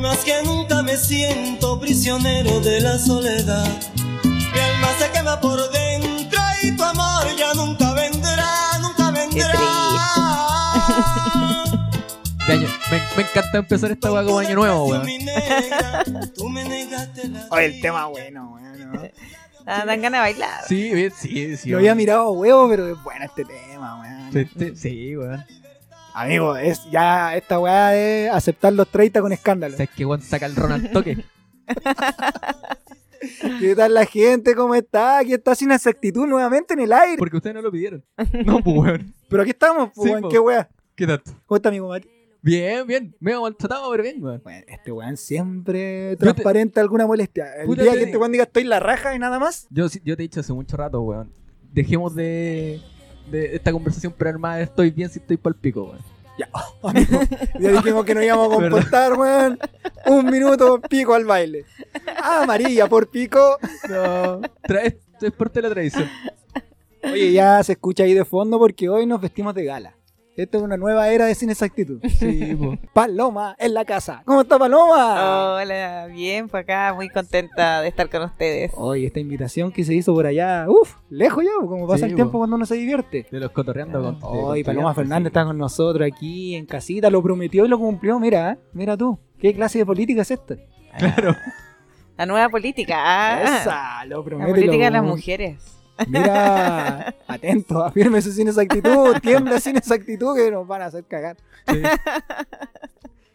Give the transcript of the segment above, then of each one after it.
más que nunca me siento prisionero de la soledad. Mi alma se quema por dentro y tu amor ya nunca vendrá, nunca vendrá. De año- me, me encanta empezar esta weá como año nuevo, weón. Oye, el tema bueno, bueno. Ah, dan ganas de bailar. Sí, bien, sí, sí. Lo weón. había mirado a huevo, pero es bueno este tema, weón. Sí, sí, sí, weón. Amigo, es ya esta weá es aceptar los 30 con escándalo. ¿Sabes que weón saca el ron al toque? ¿Qué tal la gente? ¿Cómo está? Aquí está sin exactitud nuevamente en el aire. Porque ustedes no lo pidieron. No, pues, weón. Pero aquí estamos, pues, Sí, weón, po. qué weá. ¿Qué tanto? ¿Cómo está, amigo Mati? Bien, bien. Me maltratado, pero bien, weón. Bueno, este weón siempre te- transparente alguna molestia. El Puta, día te- que este weón diga estoy la raja y nada más. Yo, sí- yo te he dicho hace mucho rato, weón. Dejemos de, de esta conversación prearmada. de Estoy bien si estoy pal pico, weón. Amigo, ya dijimos que nos íbamos a ¿Verdad? comportar, weón. Un minuto pico al baile. Ah, amarilla por pico. No. Tra- esto es parte de la tradición. Oye, ya se escucha ahí de fondo porque hoy nos vestimos de gala. Esta es una nueva era de sin exactitud. Sí, pues. po. Paloma en la casa. ¿Cómo está Ah. Paloma? Hola, bien, por acá, muy contenta de estar con ustedes. Oye, esta invitación que se hizo por allá, uff, lejos ya, como pasa Sí, el tiempo po. cuando uno se divierte. De los cotorreando con. de Hoy cotorreando, Paloma sí. Fernández está con nosotros aquí en casita, lo prometió y lo cumplió, mira, ¿eh? mira tú, ¿qué clase de política es esta? Claro. La nueva política. ah, Esa, lo la promete. y lo política de las cum- mujeres. Mira, atento, afírmese sin exactitud, tiembla sin exactitud que nos van a hacer cagar. Sí.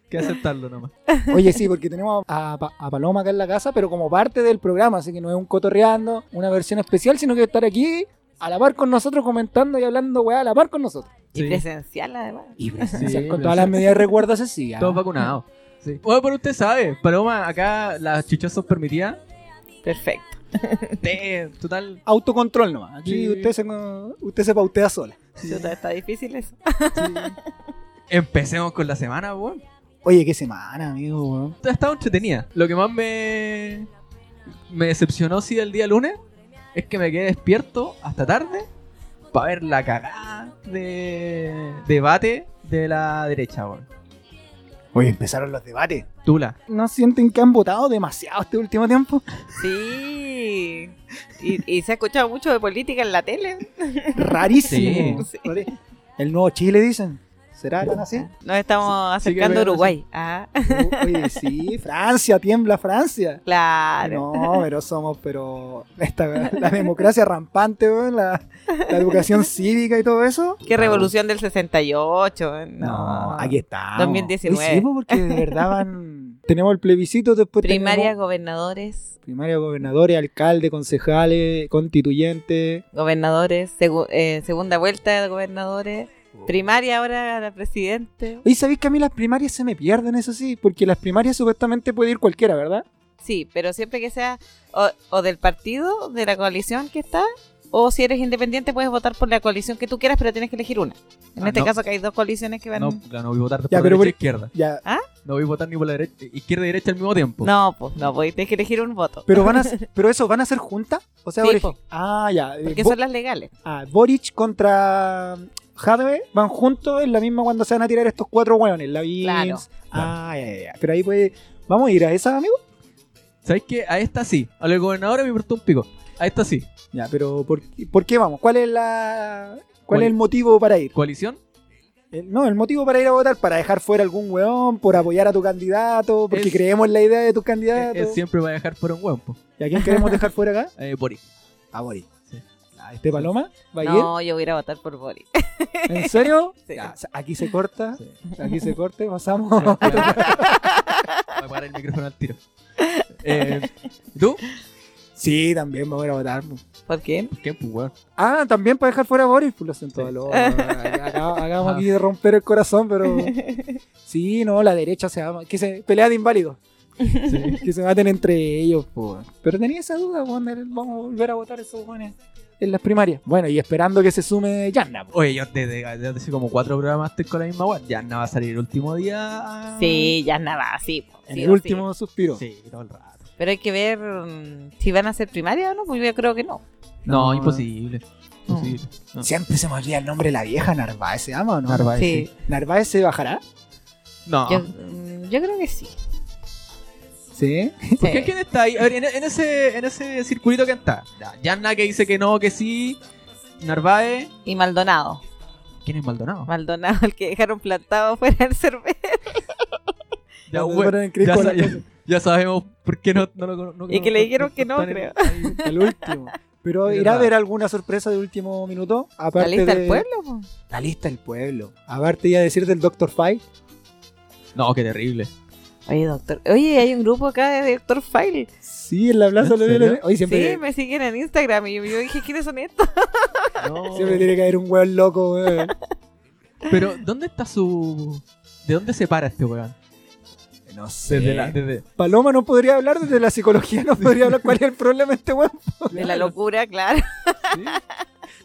que aceptarlo nomás. Oye, sí, porque tenemos a, Pa- a Paloma acá en la casa, pero como parte del programa, así que no es un cotorreando, una versión especial, sino que estar aquí a la par con nosotros comentando y hablando, weá, a la par con nosotros. Y Sí. presencial, además. Y Sí, con pero- todas las medidas de resguardo asesinas. Todos vacunados. Sí. Bueno, pero usted sabe, Paloma, acá las chichas son permitidas. Perfecto. Te- Eh, Total, Autocontrol nomás. Aquí Sí. usted, se, usted se pautea sola. Chuta, Está difícil eso. empecemos con la semana, weón. Oye, qué semana, amigo, weón. Ha estado entretenida. Lo que más me, me decepcionó, sí, el día lunes, es que me quedé despierto hasta tarde para ver la cagada de debate de la derecha, weón. Oye, empezaron los debates. Tula. ¿No sienten que han votado demasiado este último tiempo? Sí. Y, y se ha escuchado mucho de política en la tele. Rarísimo. Sí. Rari- El nuevo Chile, dicen. ¿Será tan así? Nos estamos Sí, sí que acercando a veo, Uruguay. Ah, Oye, sí, Francia, tiembla Francia. claro. No, pero somos, pero esta, la democracia rampante, weón, la, la educación cívica y todo eso. Qué revolución del 68. No. No, aquí estamos. 2019. Oye, Sí, pues, porque de verdad van... Tenemos el plebiscito, después Primaria, tenemos gobernadores, primaria, gobernadores, alcalde, concejales, constituyentes. gobernadores, segu- eh, segunda vuelta de gobernadores, primaria ahora la presidente. Oye, ¿sabéis que a mí las primarias se me pierden, eso sí? Porque las primarias supuestamente puede ir cualquiera, ¿verdad? Sí, pero siempre que sea o, o del partido, de la coalición que está, o si eres independiente puedes votar por la coalición que tú quieras, pero tienes que elegir una. En Ah, este no. caso que hay dos coaliciones que van... No, pues. No, claro, no voy a votar por Ya, la derecha pero por- e izquierda. Ya. No voy a votar ni por la derecha, izquierda y derecha al mismo tiempo. pues no, pues tienes que elegir un voto. Pero van a, pero eso, ¿van a ser juntas? O sea, Sí, por ej- po. ah, ya. eh, Porque Bo- son las legales. ah, Boric contra Jadwe van juntos en la misma cuando se van a tirar estos cuatro hueones, la Vins. Claro. Ah, ya, ya, ya. Pero ahí puede... ¿Vamos a ir a esa, amigo? ¿Sabes qué? A esta sí. A la gobernadora me importó un pico. A esta sí. Ya, pero ¿por, qué- por qué vamos? ¿Cuál es la... ¿Cuál ¿Cuál? es el motivo para ir? ¿Coalición? El- no, el motivo para ir a votar, para dejar fuera algún hueón, por apoyar a tu candidato, porque Es- creemos en la idea de tu Él, candidato. él Eh, siempre va a dejar por un hueón, po. ¿Y a quién queremos dejar fuera acá? Eh, Boric. A Boric. Sí. ¿A este Paloma? ¿Va a ir? No, yo voy a ir a votar por Boris. ¿En serio? Sí. Ya, o sea, aquí se corta, Sí. aquí se corta y pasamos. Voy a parar el micrófono al tiro. Eh, ¿Tú? Sí, también vamos a ir a votar. po. ¿Por quién? ¿Qué? Pues, weón. Ah, también para dejar fuera a Boris, pues lo siento, Sí. Paloma. Acá- Acabamos aquí de romper el corazón, pero. Sí, no, la derecha se ama. Que se pelea de inválidos. Que se maten entre ellos, po. Pero tenía esa duda, po, de- vamos a volver a votar esos jóvenes en las primarias. Bueno, y esperando que se sume Yanna, po. Oye, yo desde, desde hace como cuatro programas estoy con la misma weón. Ya no va a salir el último día. a- Sí, ya nada, sí. po, En sí el o sí. último suspiro. Sí, todo el rato. Pero hay que ver mm, si van a ser primaria o no, pues yo creo que no. No, No. imposible. Imposible. No. Siempre se me olvida el nombre de la vieja Narváez, ¿se llama o no? Narváez, Sí. Ah. ¿Narváez se bajará? No. Yo, mm, yo creo que sí. ¿Sí? Porque Sí. quién está ahí? A ver, en, en ese, en ese circulito que está. Ya, Yanna que dice que no, que sí. Narváez. Y Maldonado. ¿Quién es Maldonado? Maldonado, el que dejaron plantado fuera del cerveza. Ya, Cuando bueno, fueron en Crisco ya la sa- cosa. ya- ya sabemos por qué no, no lo cono- no- Y que le dijeron que no, están en- creo. ahí. El último. Pero Es irá a verdad. haber alguna sorpresa de último minuto. La Aparte lista de... del pueblo. po. La lista del pueblo. Aparte ya decir del Dr. Fight. No, qué terrible. Oye, doctor. Oye, hay un grupo acá de Doctor File. Sí, en la plaza ¿En lo vieron. serio? Hoy siempre, Sí, me siguen en Instagram. Y yo, yo dije, ¿quiénes son estos? No. siempre tiene que haber un weón loco, weón. Pero, ¿dónde está su. ¿De dónde se para este weón? No sé. Desde la. Desde... Paloma no podría hablar desde la psicología, no podría hablar cuál es el problema de este weón. De la locura, claro.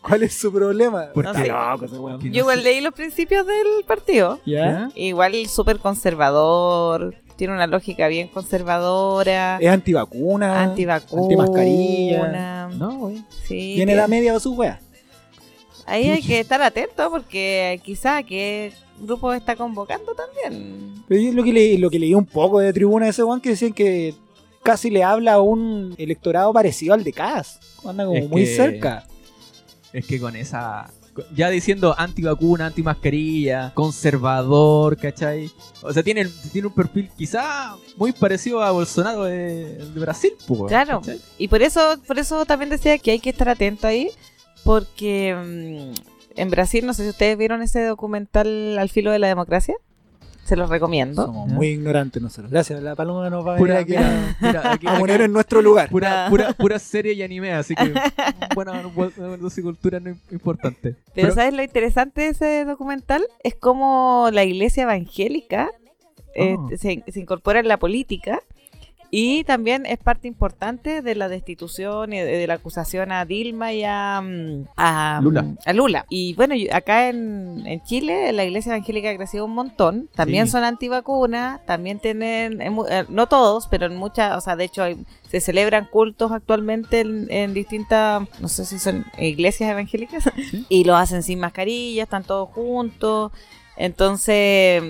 ¿Cuál es su problema? ¿Por No qué? sé. loco ese weón. Que no Yo igual sé. leí los principios del partido. ¿Ya? Igual súper conservador. Tiene una lógica bien conservadora. Es antivacuna. antivacuna. antimascarilla. No, güey. Sí. Tiene que- edad media o su wea. Ahí hay que estar atento porque quizá que grupo está convocando también. Pero yo lo que, leí, lo que leí un poco de tribuna de ese weón que decían que casi le habla a un electorado parecido al de Cas. Anda como Es muy que- cerca. Es que con esa. Ya diciendo antivacuna, antimascarilla, conservador, ¿cachai? O sea, tiene, tiene un perfil quizá muy parecido a Bolsonaro de, de Brasil, pues. weón, Claro. ¿cachai? Y por eso, por eso también decía que hay que estar atento ahí, porque mm, en Brasil, no sé si ustedes vieron ese documental Al filo de la democracia, se los recomiendo. Somos ¿Ya? muy ignorantes nosotros. Gracias, la paloma nos va a venir Pura, aquí a, mira, mira, aquí- a poner en nuestro lugar. Pura, Ah. pura, pura serie y anime, así que buena, buena dosicultura no im- importante. Pero, Pero- ¿sabes lo interesante de ese documental? Es cómo la iglesia evangélica eh, Ah. se, se incorpora en la política y también es parte importante de la destitución y de, de la acusación a Dilma y a, mm, a- Lula. a Lula. Y bueno, yo- acá en, en Chile la iglesia evangélica ha crecido un montón. También Sí. son antivacunas, también tienen, en mu- eh, no todos, pero en muchas, o sea, de hecho hay se celebran cultos actualmente en, en distintas, no sé si son iglesias evangélicas, y lo hacen sin mascarilla, están todos juntos. Entonces,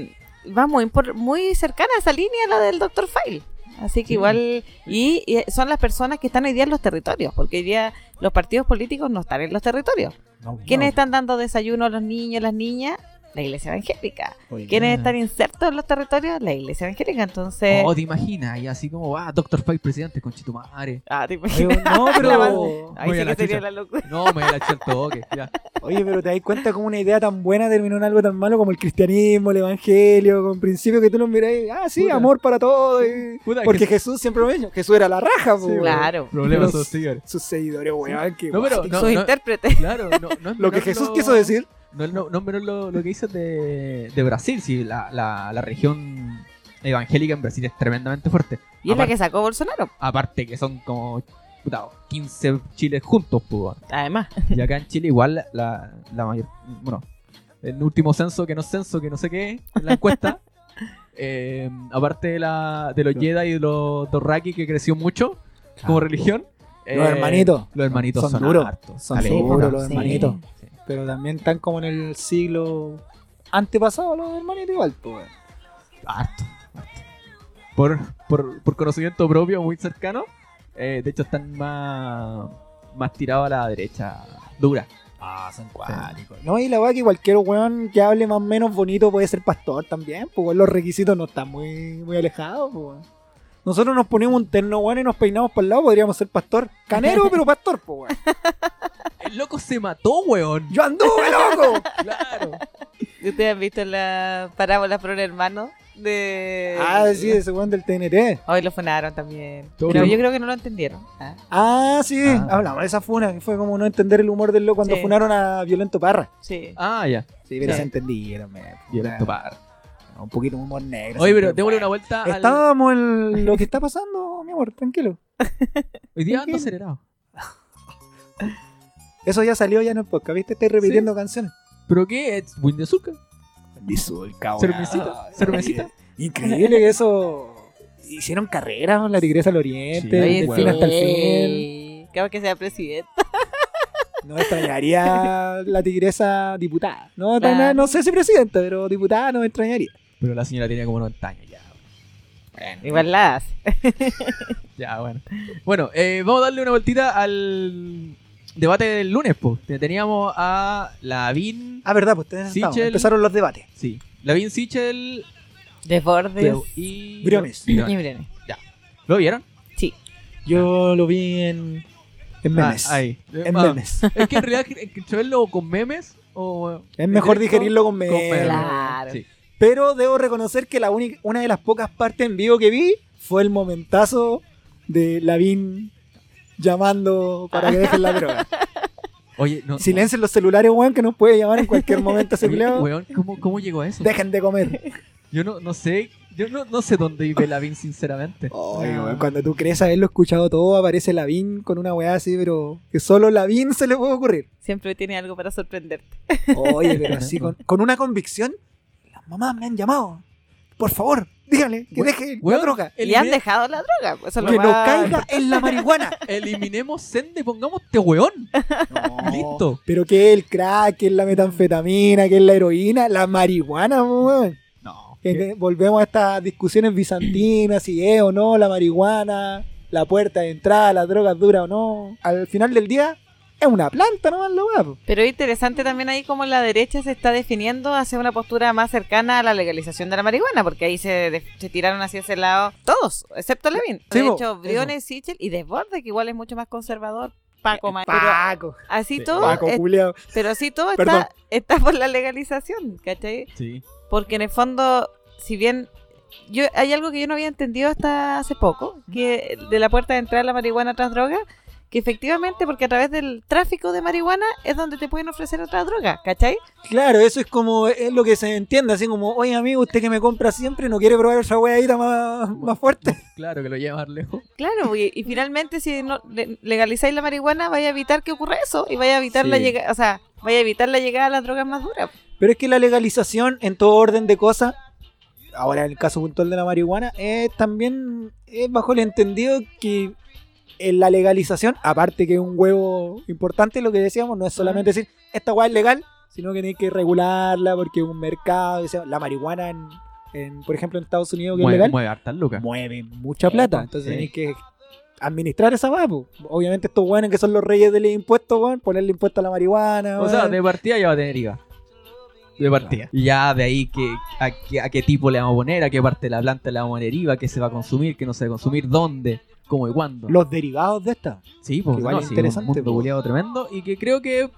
va muy, por- muy cercana a esa línea la del Dr. File. Así que Sí. igual, y, y son las personas que están hoy día en los territorios, porque hoy día los partidos políticos no están en los territorios. No, ¿Quiénes no, están dando desayuno a los niños, las niñas? La iglesia evangélica. oye, ¿Quiénes Ah. están insertos en los territorios? La iglesia evangélica. Entonces, Oh, te imaginas, y así como va, Doctor Five presidente con Chitumare. ah, te imaginas. oye, No, La pero, banda. Ahí Voy a sí la que sería chucha. la locura. No, me voy a la echar el toque, ya. oye, pero te das cuenta como una idea tan buena terminó en algo tan malo como el cristianismo, el evangelio, con principios que tú los mirás y, ah, sí, Puta. amor para todos. y- Puta, Porque que- Jesús siempre lo mismo. Jesús era la raja, po, weón. Claro. Problemas Los- sociales. Sus seguidores, weón. que No, pero guay. no, sus no, intérpretes. claro, no, no es Lo menor que Jesús lo- quiso decir. No, no, no es menor lo, lo que hizo de, de Brasil, sí, la, la, la región evangélica en Brasil es tremendamente fuerte. Y es la Aparte, que sacó Bolsonaro, aparte que son como puta, 15 chiles juntos, pues. además. Y acá en Chile igual la, la mayor... Bueno, el último censo, que no es censo, que no sé qué, en la encuesta. eh, aparte de, la, de los Jedi y de los Dorraki, que creció mucho como religión. Los eh, hermanitos. Los hermanitos Son son, duros. hartos, Son caleta. duros los sí. hermanitos. Pero también están como en el siglo antepasado los hermanitos igual, po, weón. Harto, harto. Por, por, por conocimiento propio muy cercano. eh, de hecho están más, más tirados a la derecha. Dura. Ah, son No, y la verdad que cualquier weón que hable más o menos bonito puede ser pastor también, pues los requisitos no están muy, muy alejados, pues. weón. Nosotros nos ponemos un terno weón y nos peinamos para el lado, podríamos ser pastor. Canero, pero pastor, pues weón. El loco se mató, weón. Yo anduve, loco. Claro. ¿Ustedes han visto la parábola por un hermano? De... Ah, sí, Eh, ese weón del TNT. Hoy lo funaron también. Todo Pero lo- yo creo que no lo entendieron. Ah. Ah, sí, Ah. hablamos de esa funa, que fue como no entender el humor del loco cuando Sí. funaron a Violento Parra. Sí. Ah, ya. Sí, pero Sí. se entendieron, man. Violento par. Un poquito de humor negro. Oye, pero siempre, démosle weón. una vuelta al... Estábamos en lo que está pasando, mi amor, tranquilo. Hoy día ando acelerado. Eso ya salió ya en el podcast, ¿viste? Estoy repitiendo canciones. ¿Pero qué? ¿Es Wind de Zulka? Disulca, ¿Cervecita? ¿Cervecita? Ah, eh, Increíble que eso. Hicieron carreras con la tigresa al oriente, Sí, del weón. fin hasta el fin. sí. Creo que sea presidente. No extrañaría la tigresa diputada. No, tan- Claro. no sé si presidenta, pero diputada no me extrañaría. Pero la señora tenía como 90 años ya. Igual la hace. Ya, bueno. Bueno, eh, vamos a darle una vueltita al debate del lunes, pues. Teníamos a la Vin. Ah, verdad, pues ustedes Sichel- estaban, empezaron los debates. Sí. La Vin Sichel De bordes. Teo y. Briones. Y Briones. Brenes. ¿Lo vieron? Sí. Yo lo vi en, en memes. Ah, ahí. En Ah, memes. Es que en realidad, que- que verlo con memes o. Es mejor directo, digerirlo con Con memes. memes. Claro. Sí. Pero debo reconocer que la única, una de las pocas partes en vivo que vi fue el momentazo de Lavín llamando para que dejen la droga. Oye, no. Silencien los celulares, weón, que nos puede llamar en cualquier momento ese Oye, culiao. weón, ¿cómo, ¿Cómo llegó a eso? Dejen de comer. Yo no, no sé. Yo no, no sé dónde vive la Vin, sinceramente. Ay, No. weón, cuando tú crees haberlo escuchado todo, aparece Lavín con una weá así, pero que solo Lavín se le puede ocurrir. Siempre tiene algo para sorprenderte. Oye, pero así, con, con una convicción, las mamás me han llamado. Por favor, díganle que Weón, deje la weón, droga. Le han elimine- dejado la droga. pues, Eso es lo Que no más- caiga en la marihuana. Eliminemos Sende, pongamos este weón. Listo. Pero que el crack, que es la metanfetamina, que es la heroína, la marihuana, weón. No. Que te- Volvemos a estas discusiones bizantinas, si es o no la marihuana, la puerta de entrada, las drogas duras o no. Al final del día, es una planta nomás la weá, po. Pero es interesante también ahí como la derecha se está definiendo hacia una postura más cercana a la legalización de la marihuana, porque ahí se, de- se tiraron hacia ese lado todos, excepto Levin. Sí, de po, hecho, eso. Briones, Sichel y Desborde, que igual es mucho más conservador. Paco, más. Eh, Paco, así Sí, todo, Paco, es- culiao. pero así todo Perdón. está, está por la legalización, ¿cachai? Sí. Porque en el fondo, si bien yo hay algo que yo no había entendido hasta hace poco, que de la puerta de entrada la marihuana tras droga, que efectivamente porque a través del tráfico de marihuana es donde te pueden ofrecer otra droga, ¿cachai? Claro, eso es como es lo que se entiende, así como, oye amigo, usted que me compra siempre no quiere probar esa weadita más, más fuerte. Claro que lo lleva más lejos. Claro, y, y finalmente si no le- legalizáis la marihuana, vaya a evitar que ocurra eso y vaya a evitar la Sí. llegada, o sea, vaya a evitar la llegada a las drogas más duras. Pero es que la legalización en todo orden de cosas, ahora en el caso puntual de la marihuana, es también es bajo el entendido que en la legalización, aparte que es un huevo importante, lo que decíamos, no es solamente decir, esta hueá es legal, sino que hay que regularla porque es un mercado, o sea, la marihuana, en, en, por ejemplo, en Estados Unidos, que es Mueve, legal, mueve hartas lucas. mueve mucha plata. Sí. Entonces tenéis que administrar esa weá. po. Obviamente estos weones que son los reyes del impuesto, weón, ponerle impuesto a la marihuana. O sea, weón. de partida ya va a tener IVA. De partida. Y ya de ahí que, a, qué- a qué tipo le vamos a poner, a qué parte de la planta le vamos a poner IVA, qué se va a consumir, qué no se va a consumir, dónde, cómo y cuándo. los derivados de esta. sí, pues igual no, es sí, interesante, un mundo pues. culiado tremendo y que creo que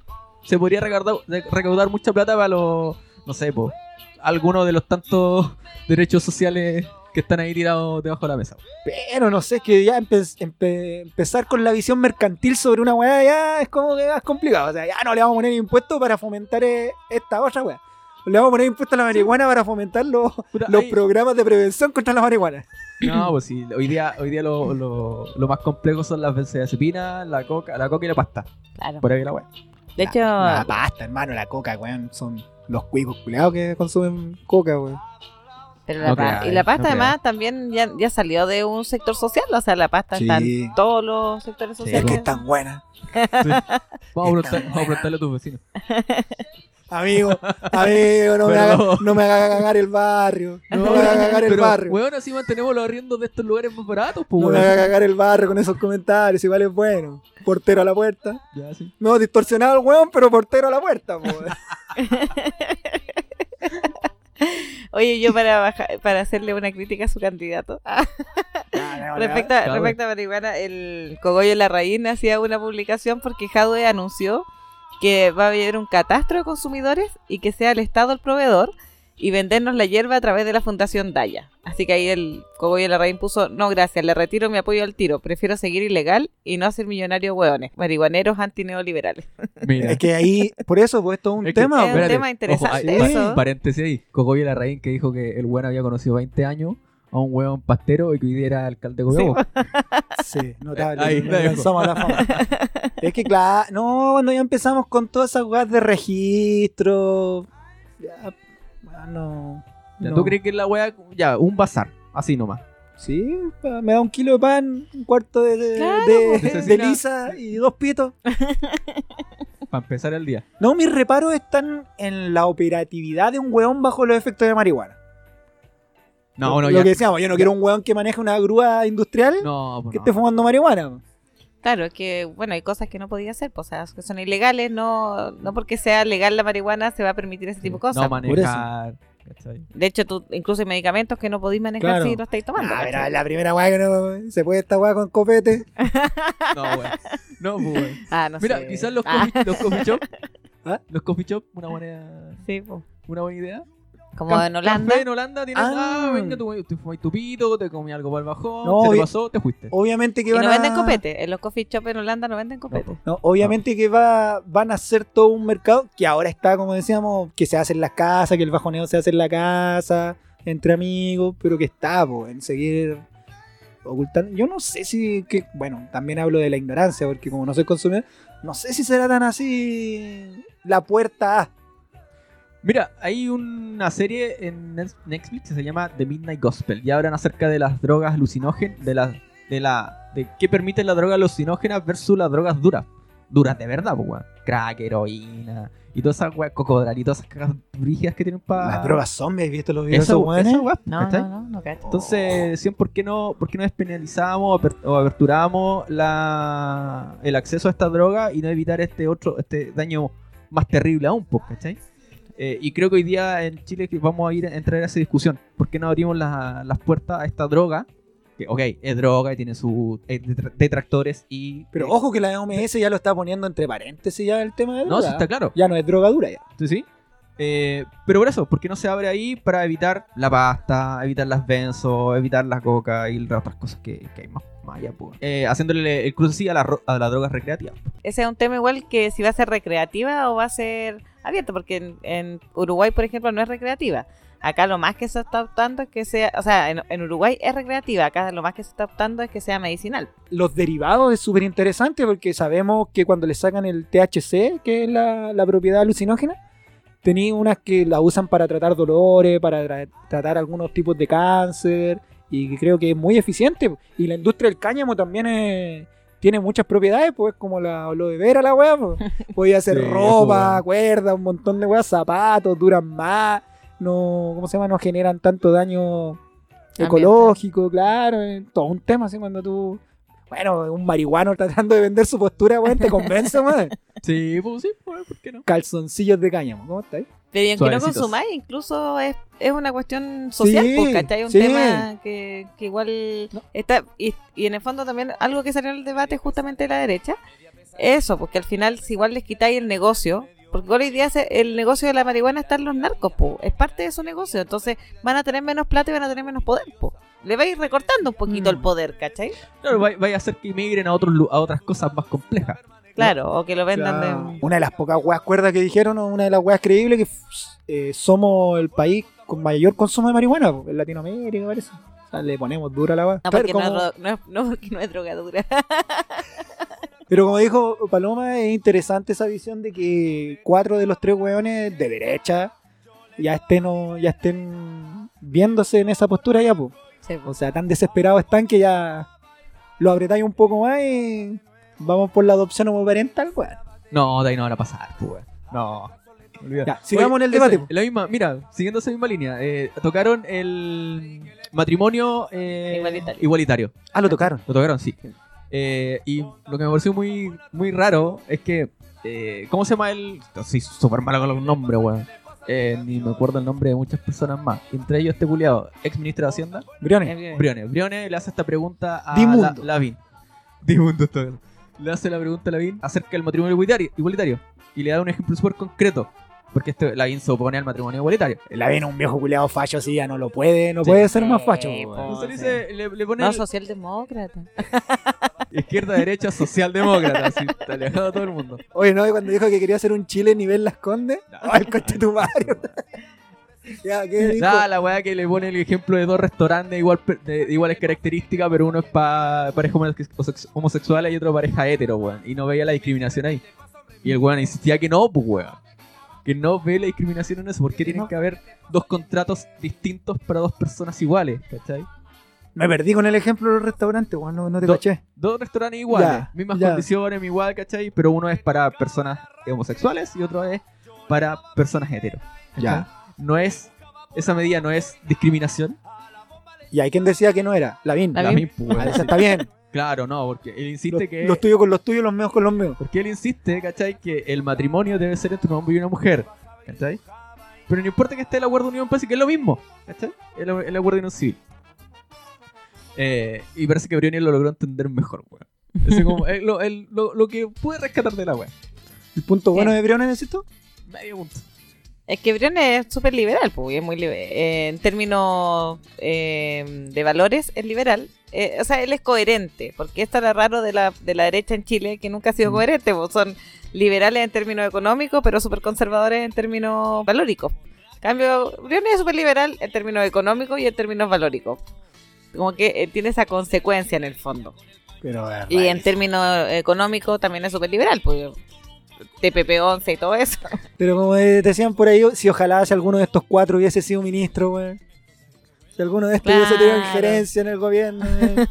se podría recaudar, de- recaudar mucha plata para los, no sé, pues, algunos de los tantos derechos sociales que están ahí tirados debajo de la mesa. Pero no sé, es que ya empe- empe- empezar con la visión mercantil sobre una weá ya es como que es complicado. O sea, ya no le vamos a poner impuestos para fomentar eh, esta otra weá. Le vamos a poner impuestos a la marihuana para fomentar los, Puta, los hay- programas de prevención contra la marihuana. No, pues sí, hoy día, hoy día lo, lo- lo más complejo son las benzodiazepinas, la coca, la coca y la pasta. Claro. Por ahí la wea. De hecho, La pasta, hermano, la coca, weón. Son los cuicos culiados que consumen coca, weón. pero no la pa- creáis, y la no pasta además también ya, ya salió de un sector social, o sea, la pasta está Sí. en todos los sectores Sí, Es sociales. que es tan buena. Vamos a, preguntar- vamos a preguntarle a tus vecinos. Amigo, amigo, no, me Pero haga, no. no me haga cagar el barrio. No me haga cagar el Pero, barrio. weón, así mantenemos los arriendos de estos lugares más baratos, pues, No me weón. haga cagar el barrio con esos comentarios, igual es bueno. Portero a la puerta. Ya, sí. No, distorsionado el weón, pero portero a la puerta, po. Oye, yo para baja- para hacerle una crítica a su candidato. respecto, a, Jadwe. respecto a marihuana, el Cogollo Larraín hacía una publicación porque Jadwe anunció que va a haber un catastro de consumidores y que sea el Estado el proveedor y vendernos la hierba a través de la Fundación Daya. Así que ahí el Cogollo Larraín puso, no gracias, le retiro mi apoyo al tiro, prefiero seguir ilegal y no hacer millonarios hueones, marihuaneros antineoliberales. Mira. Es que ahí, por eso, pues esto es un Es que- tema, Es un po. espérate, tema interesante hay- eso. un paréntesis ahí. Cocoy Larraín que dijo que el weón había conocido 20 años a un weón pastero y que hoy día era alcalde de Copiapó. Sí, notable. Ahí, nos la dejo. lanzamos a la fama. es que, claro, no, cuando ya empezamos con todas esas weas de registro. Ya, ah, no. Ya, no. ¿Tú crees que la wea, ya, un bazar, así nomás? Sí, pa- me da un kilo de pan, un cuarto de, de, Claro, de- po. de lisa y dos pitos. Para empezar el día. No, mis reparos están en la operatividad de un weón bajo los efectos de marihuana. No, no, Lo ya. que decíamos, yo no quiero un weón que maneje una grúa industrial No, pues que este no. esté fumando marihuana. Claro, es que, bueno, hay cosas que no podía hacer, pues, o sea, que son ilegales, no, no porque sea legal la marihuana se va a permitir ese tipo de cosas. Mm, No manejar. ¿cachai? de hecho, tú, incluso hay medicamentos que no podéis manejar Claro. si lo estáis tomando. Ah, pero ¿cachai? la primera weá que no se puede esta weá con copete. No, weón. No, pues, weón. Ah, no Mira, sé. quizás los Ah, coffee, los coffee shop. ¿Ah? Los coffee shop, una buena, sí, po. una buena idea. Como Caf- en Holanda. Café en Holanda tienes, ah, Ah. venga, tú, te fumé tu pito, te comí algo para el bajón, No, Oh, se te obvio- pasó, te fuiste. Obviamente que Y van no a. venden copete. En los coffee shop en Holanda no venden copete. No, pues. No, obviamente que va, van a ser todo un mercado que ahora está, como decíamos, que se hace en las casas, que el bajoneo se hace en la casa, entre amigos, pero que está, po, en seguir ocultando. Yo no sé si, que, bueno, también hablo de la ignorancia, porque como no soy consumidor, no sé si será tan así la puerta A. Mira, hay una serie en Nex- Netflix que se llama The Midnight Gospel. Y hablan acerca de las drogas alucinógenas, de la, de la, de qué permiten las drogas alucinógenas versus las drogas duras. Duras de verdad, pues, weón. Crack, heroína y todas esas weas, cocodral y todas esas cagas brígidas que tienen para. Las drogas zombies, ¿viste los videos? Esa, de esos esa, weones? wea, No, ¿cachai? no, no, no, cacho. Oh. Entonces decían, ¿por qué no, por qué no despenalizamos o aper- o aperturamos la, el acceso a esta droga y no evitar este otro este daño más terrible aún? po, ¿cachai? Eh, y creo que hoy día en Chile que vamos a ir a entrar a esa discusión. ¿Por qué no abrimos la- las puertas a esta droga? Que, ok, es droga y tiene sus eh, detra- detractores y... Pero ojo que la OMS ya lo está poniendo entre paréntesis ya el tema de droga. No, sí está claro. Ya no es droga dura ya. ¿Sí? sí? Eh, pero por eso, ¿por qué no se abre ahí para evitar la pasta, evitar las benzos, evitar la coca y las otras cosas que, que hay más, más allá? pues? Eh, haciéndole el cruce así a, la ro- a las drogas recreativas. Ese es un tema igual que si va a ser recreativa o va a ser abierta, porque en, en Uruguay, por ejemplo, no es recreativa. Acá lo más que se está optando es que sea, o sea, en, en Uruguay es recreativa, acá lo más que se está optando es que sea medicinal. los derivados es súper interesante porque sabemos que cuando le sacan el THC, que es la, la propiedad alucinógena, tenía unas que la usan para tratar dolores, para tra- tratar algunos tipos de cáncer, y que creo que es muy eficiente. Y la industria del cáñamo también es- tiene muchas propiedades, pues como la, lo de vera, la weá. pues. Podía hacer Sí, ropa, pues. cuerda, un montón de weas, zapatos, duran más, no, ¿cómo se llama? No generan tanto daño ecológico, claro, eh, todo un tema así cuando tú, bueno, un marihuano tratando de vender su postura, weón, te convence, weón. Sí, pues sí, pues, ¿por qué no? Calzoncillos de cáñamo, ¿cómo estáis? Pero y aunque no Suavecitos. consumáis, incluso es, es una cuestión social, Sí, pues, ¿cachai? Un sí. tema que, que igual No. está. Y, y en el fondo también algo que salió en el debate justamente de la derecha. Eso, porque al final, si igual les quitáis el negocio, porque igual hoy día se- el negocio de la marihuana está en los narcos, pues. Es parte de su negocio. Entonces van a tener menos plata y van a tener menos poder, pues. Le vais recortando un poquito Mm. el poder, ¿cachai? Claro, vaya a hacer que migren a, otros, lu- a otras cosas más complejas. Claro, o que lo vendan de. Una de las pocas weas cuerdas que dijeron, o una de las weas creíbles, que pff, eh, somos el país con mayor consumo de marihuana, po, en Latinoamérica parece. O sea, le ponemos dura la wea. No, Claro, porque no, es como- dro- no, es- no, porque no es drogadura. Pero como dijo Paloma, es interesante esa visión de que cuatro de los tres weones de derecha ya estén, o- ya estén viéndose en esa postura ya, po. Sí, po. O sea, tan desesperados están que ya lo apretáis un poco más y vamos por la adopción homoparental, weón. No, de ahí no van a pasar, pues. weón. No. Olvídate. Ya, sigamos en el ese, debate, po. la misma, mira, siguiendo esa misma línea, eh, tocaron el matrimonio eh, Igualitario. igualitario. Ah, lo tocaron. Lo tocaron, sí. Eh, y lo que me pareció muy, muy raro es que. eh, ¿Cómo se llama el.? Sí, súper malo con los nombres, weón. Eh, ni me acuerdo el nombre de muchas personas más. Entre ellos este culiado, ex ministro de Hacienda, Briones. Briones. Briones le hace esta pregunta a la, Dimundo. Lavín. Dimundo está bien. Le hace la pregunta a Lavín acerca del matrimonio igualitari- igualitario. Y le da un ejemplo súper concreto. Porque este, Lavín se opone al matrimonio igualitario. La viene un viejo culeado facho así, ya no lo puede, no Sí. puede ser más facho, Oh, Sí, po, po. weón. Entonces le dice- le, le pone No, el- socialdemócrata. izquierda, derecha, socialdemócrata. Así, está alejado de todo el mundo. Oye, no, y cuando dijo que quería hacer un chile nivel Las Condes, ¡ay, el coche tu madre! ya, ¿qué dijo? Nada, la weá que le pone el ejemplo de dos restaurantes igual, per- de, de iguales características, pero uno es para pareja homosex- homosexual y otro pareja hetero, weón. Y no veía la discriminación ahí. Y el weón insistía que no, pues weón. Que no ve la discriminación en eso, porque tienen No. que haber dos contratos distintos para dos personas iguales, ¿cachai? Me perdí con el ejemplo del restaurante, weón, no, no te Do- caché. Dos restaurantes iguales, Ya, mismas ya. condiciones, igual, ¿cachai? Pero uno es para personas homosexuales y otro es para personas hetero. ¿cachai? Ya. No es, esa medida no es discriminación. Y hay quien decía que no era, Lavín. Lavín. Lavín. La misma, pues, Ah, weón, esa sí. está bien. Claro, no, porque él Los, insiste que. los tuyos con los tuyos, los míos con los míos. Porque él insiste, ¿cachai? Que el matrimonio debe ser entre un hombre y una mujer, ¿cachai? Pero no importa que esté el acuerdo de unión pacífica, es lo mismo, ¿cachai? El, el acuerdo de unión civil. Eh, y parece que Briones lo logró entender mejor, weón. Ese como- es lo, el- lo- lo que pude rescatar de la weón. El punto bueno de Briones es esto. Medio punto. Es que Brion es súper liberal, pues, y es muy libe- eh, en términos eh, de valores es liberal. Eh, o sea, él es coherente, porque esto era raro de la, de la derecha en Chile, que nunca ha sido Mm. coherente, pues, son liberales en términos económicos, pero súper conservadores en términos valóricos. En cambio, Brion es súper liberal en términos económicos y en términos valóricos. Como que eh, tiene esa consecuencia en el fondo. Pero es Y en rarísimo. términos eh, económicos también es súper liberal, pues, TPP-11 y todo eso. Pero como de- decían por ahí, si ojalá si alguno de estos cuatro hubiese sido ministro, weón. Si alguno de estos hubiese tenido Claro. injerencia en el gobierno, weón.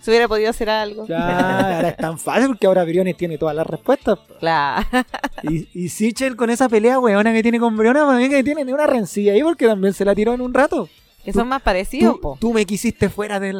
Se hubiera podido hacer algo. Claro, ahora es tan fácil porque ahora Briones tiene todas las respuestas. po. Claro. Y, y Sichel con esa pelea weona que tiene con Briones, también que tiene una rencilla ahí porque también se la tiró en un rato. Que son más parecidos, Tú, po. tú me quisiste fuera del,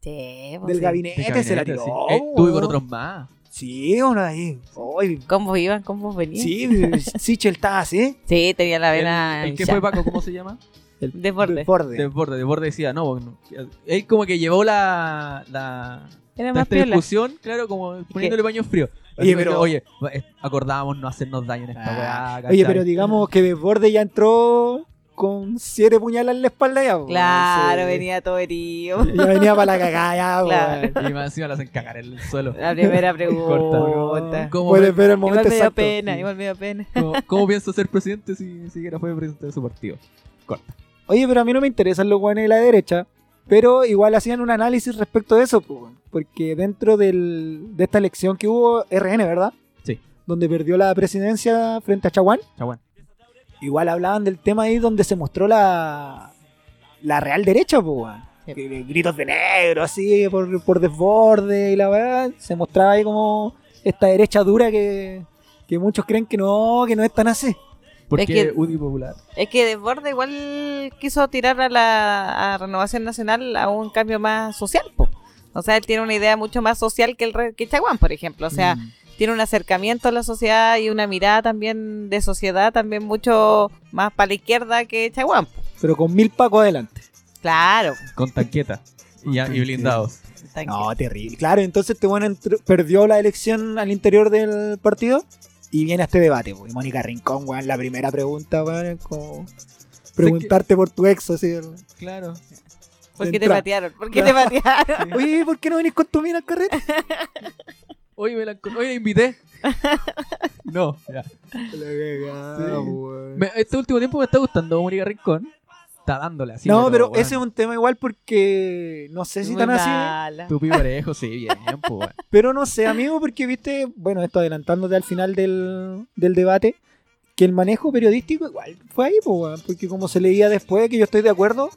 Sí, po, del Oh, sí. gabinete, se la tiró. sí. Eh, tú y con weón. otros más. Sí, bueno, ahí. Ay, ¿Cómo vos iban? ¿Cómo vos venían? Sí. sí, ¿eh? Sichel está así. tenía la El, vena el que hinchada. fue Paco, ¿cómo se llama? Desborde. Desborde. Desborde, Desborde decía, no, bueno, él como que llevó la, la, Era este la más piola. discusión, claro, como poniéndole baño frío. Oye, Oye, pero- pero... Oye, eh, acordábamos no hacernos daño en esta Ah, weá. Oye, ¿cachai? pero digamos que Desborde ya entró con siete puñalas en la espalda ya. po. Claro, Sí. venía todo herido. Ya venía para la cagada ya, po, Claro. weón. Y más encima la hacen cagar en el suelo. La primera pregunta. Corta. ¿Cómo Puedes ven? ver el momento Igual me dio exacto. pena, igual me dio pena. ¿Cómo, cómo piensa ser presidente si siquiera fue presidente de su partido? Oye, pero a mí no me interesan los guanes de la derecha. Pero igual hacían un análisis respecto de eso, po, weón. porque dentro del- de esta elección que hubo, RN, ¿verdad? Sí. Donde perdió la presidencia frente a Chaguán. Chaguán. Igual hablaban del tema ahí donde se mostró la, la real derecha, po, weón. Sí. Que- Gritos de negro, así, por, por desborde y la verdad. Se mostraba ahí como esta derecha dura que, que muchos creen que no, que no es tan así. ¿Por Es qué que- UDI Popular? Es que Desborde igual quiso tirar a la a Renovación Nacional a un cambio más social, po. O sea, él tiene una idea mucho más social que el re- que Chaguán, por ejemplo. O sea, Mm. tiene un acercamiento a la sociedad y una mirada también de sociedad también mucho más para la izquierda que Chaguán. po. Pero con mil pacos adelante. Claro. con tanqueta y, ya- y blindados. Tan- No, terrible. Claro, entonces este bueno perdió la elección al interior del partido y viene a este debate. po. Y Mónica Rincón, weón, la primera pregunta, weón, Pues es como preguntarte por tu ex, así. el- Claro. ¿Por qué te entra. patearon? ¿Por qué te patearon? Oye, ¿por qué no venís con tu mina al carrete? Hoy me la, hoy la invité. no, ya. La cagada, Sí. weón. Me- este último tiempo me está gustando Mónica Rincón. Está dándole así. no, pero weón, ese es un tema igual porque no sé si Muy tan así, mala. Tupi parejo, sí, bien, po, weón. pero no sé, amigo, porque viste, bueno, esto adelantándote al final del, del debate, que el manejo periodístico igual fue ahí, po, weón, porque como se leía después, que yo estoy de acuerdo,